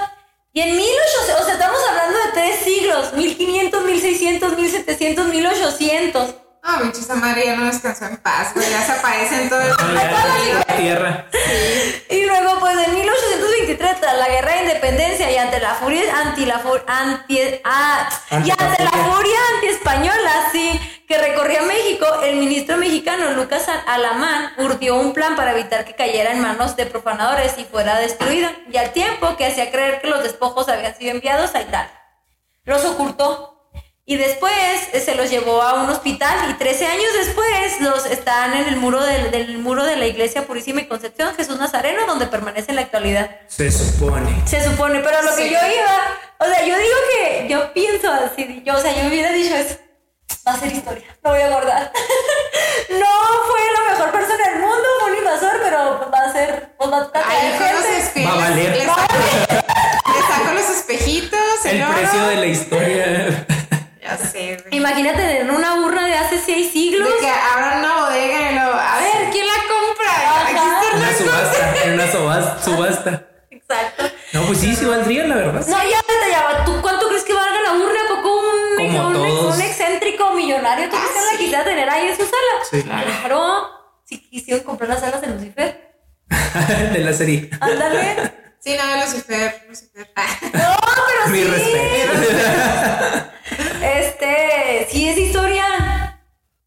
[SPEAKER 1] Y en 1800, o sea, estamos hablando de tres siglos, 1500, 1600, 1700, 1800.
[SPEAKER 3] Ah, bicho, esa madre ya no descansó en paz, güey. Ya se aparece en todo el
[SPEAKER 2] No, ya, la tierra.
[SPEAKER 1] Y luego, pues en 1823, tras la guerra de independencia y ante la furia anti la fu- anti, ah,
[SPEAKER 2] Ante
[SPEAKER 1] y
[SPEAKER 2] la
[SPEAKER 1] ante la
[SPEAKER 2] furia.
[SPEAKER 1] furia antiespañola, sí, que recorría México, el ministro mexicano Lucas Al- Alamán urdió un plan para evitar que cayera en manos de profanadores y fuera destruida, y al tiempo que hacía creer que los despojos habían sido enviados a Italia. Los ocultó. Y después eh, se los llevó a un hospital y 13 años después los están en el muro del, del muro de la iglesia Purísima y Concepción Jesús Nazareno donde permanece en la actualidad.
[SPEAKER 2] Se supone.
[SPEAKER 1] Se supone, pero a lo que
[SPEAKER 3] Sí.
[SPEAKER 1] yo iba, o sea, yo digo que yo pienso así, yo, o sea, yo hubiera dicho eso, va a ser historia, no voy a guardar. no fue la mejor persona del mundo, fue un invasor, pero pues, va a ser, pues va a tratar
[SPEAKER 3] Ahí con los
[SPEAKER 2] Va a
[SPEAKER 3] espejos.
[SPEAKER 2] valer.
[SPEAKER 3] Le saco, le saco los espejitos.
[SPEAKER 2] El
[SPEAKER 3] oro.
[SPEAKER 2] precio de la historia.
[SPEAKER 3] Ya sé, güey.
[SPEAKER 1] Imagínate en una urna de hace seis siglos.
[SPEAKER 3] De que abran una bodega y lo. A ver, ¿quién la compra? Aquí
[SPEAKER 1] Ajá.
[SPEAKER 3] está
[SPEAKER 2] Una
[SPEAKER 3] Hernán
[SPEAKER 2] subasta. Una subasta. subasta.
[SPEAKER 1] Exacto.
[SPEAKER 2] No, pues sí, sí valdría, la verdad.
[SPEAKER 1] No, ya detallaba. ¿Tú cuánto crees que valga la urna? ¿A poco un,
[SPEAKER 2] Como
[SPEAKER 1] un-
[SPEAKER 2] todos.
[SPEAKER 1] un excéntrico millonario? ¿Tú
[SPEAKER 3] Ah,
[SPEAKER 1] crees que la
[SPEAKER 3] sí.
[SPEAKER 2] Ah.
[SPEAKER 1] quisiera tener ahí en su sala?
[SPEAKER 2] Sí.
[SPEAKER 1] Claro. Si quisieron comprar las salas de Lucifer.
[SPEAKER 2] de la serie.
[SPEAKER 1] Ándale.
[SPEAKER 3] Sí, no, Lucifer, Lucifer.
[SPEAKER 2] Ah,
[SPEAKER 1] No, pero
[SPEAKER 2] Mi
[SPEAKER 1] sí.
[SPEAKER 2] respeto.
[SPEAKER 1] Este, sí es historia.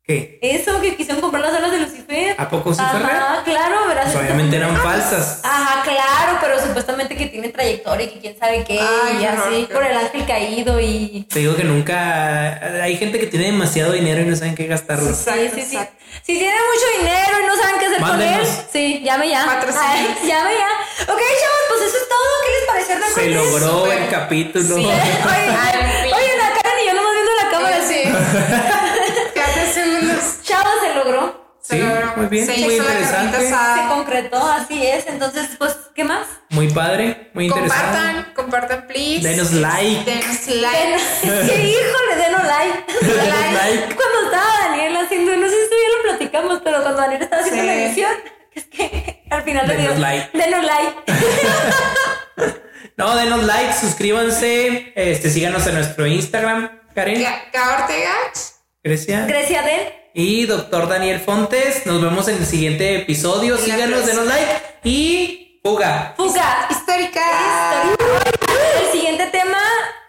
[SPEAKER 2] ¿Qué?
[SPEAKER 1] Eso que quisieron comprar las alas de Lucifer.
[SPEAKER 2] ¿A poco sí fue real?
[SPEAKER 1] Ajá, claro, verás.
[SPEAKER 2] Pues obviamente eran
[SPEAKER 1] Ah,
[SPEAKER 2] falsas.
[SPEAKER 1] Ajá, claro, pero supuestamente que tiene trayectoria y que quién sabe qué y
[SPEAKER 3] Ay, qué horror,
[SPEAKER 1] así
[SPEAKER 3] qué
[SPEAKER 1] por el
[SPEAKER 3] horror.
[SPEAKER 1] ángel caído y
[SPEAKER 2] Te digo que nunca. Hay gente que tiene demasiado dinero y no saben qué gastarlo.
[SPEAKER 1] sí,
[SPEAKER 3] Exacto,
[SPEAKER 1] sí, sí.
[SPEAKER 3] exacto.
[SPEAKER 1] Si tienen mucho dinero y no saben qué hacer
[SPEAKER 2] Mándenos.
[SPEAKER 1] con él, sí, llame ya.
[SPEAKER 3] Patrocínenos.
[SPEAKER 1] Ay, Llame ya. Ok, chavos, pues eso es todo. ¿Qué les pareció el
[SPEAKER 2] Se
[SPEAKER 1] recorte?
[SPEAKER 2] logró
[SPEAKER 3] súper-
[SPEAKER 2] el capítulo.
[SPEAKER 1] Sí. Oye, oye, la Karen y yo nomás viendo la cámara
[SPEAKER 3] sí.
[SPEAKER 1] así.
[SPEAKER 3] Fíjate segundos.
[SPEAKER 1] Chavos, se logró.
[SPEAKER 3] Se
[SPEAKER 2] Sí,
[SPEAKER 3] logró.
[SPEAKER 2] muy bien,
[SPEAKER 3] Se
[SPEAKER 2] muy
[SPEAKER 3] hizo la
[SPEAKER 2] interesante.
[SPEAKER 3] carnita
[SPEAKER 1] Se
[SPEAKER 3] asada.
[SPEAKER 1] concretó, así es. Entonces, pues, ¿qué más?
[SPEAKER 2] Muy padre, muy interesante.
[SPEAKER 3] Compartan, compartan, please.
[SPEAKER 2] Denos like.
[SPEAKER 3] Denos
[SPEAKER 1] Bueno,
[SPEAKER 3] like.
[SPEAKER 1] es que híjole, denos like.
[SPEAKER 2] Denos like.
[SPEAKER 1] Cuando estaba Daniel haciendo, no sé si ya lo platicamos, pero cuando Daniel estaba haciendo
[SPEAKER 3] Sí.
[SPEAKER 1] la edición, es que al final le
[SPEAKER 2] Denos
[SPEAKER 1] dio-
[SPEAKER 2] like.
[SPEAKER 1] Denos like.
[SPEAKER 2] No, denos like, suscríbanse, este, síganos en nuestro Instagram, Karen,
[SPEAKER 3] Ga- Gao Ortega.
[SPEAKER 2] Grecia
[SPEAKER 1] Grecia Den.
[SPEAKER 2] y doctor Daniel Fontes. Nos vemos en el siguiente episodio.
[SPEAKER 3] En la
[SPEAKER 2] Síganos,
[SPEAKER 3] próxima.
[SPEAKER 2] denos like y fuga.
[SPEAKER 1] Fuga.
[SPEAKER 3] Histórica.
[SPEAKER 1] El siguiente tema,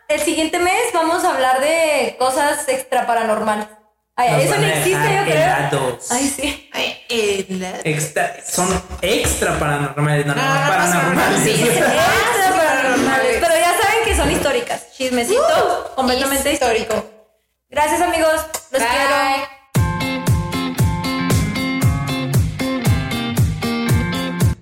[SPEAKER 1] el siguiente mes vamos a hablar de cosas extra paranormales. Ay,
[SPEAKER 2] Nos
[SPEAKER 1] Eh, eso
[SPEAKER 2] van
[SPEAKER 1] no
[SPEAKER 2] a
[SPEAKER 1] existe, yo
[SPEAKER 2] dejar
[SPEAKER 1] creo.
[SPEAKER 2] helados.
[SPEAKER 1] Ay, sí.
[SPEAKER 3] Eh, eh, la-
[SPEAKER 2] Extra- son extra paranormales, no, no,
[SPEAKER 3] No,
[SPEAKER 1] Ah,
[SPEAKER 3] no, no,
[SPEAKER 2] paranormales.
[SPEAKER 3] sí, sí, sí.
[SPEAKER 1] Extra paranormales.
[SPEAKER 3] paranormales.
[SPEAKER 1] Pero ya saben que son Uh, históricas. Chismecito completamente histórico. Gracias, amigos. Los
[SPEAKER 3] Bye.
[SPEAKER 1] quiero.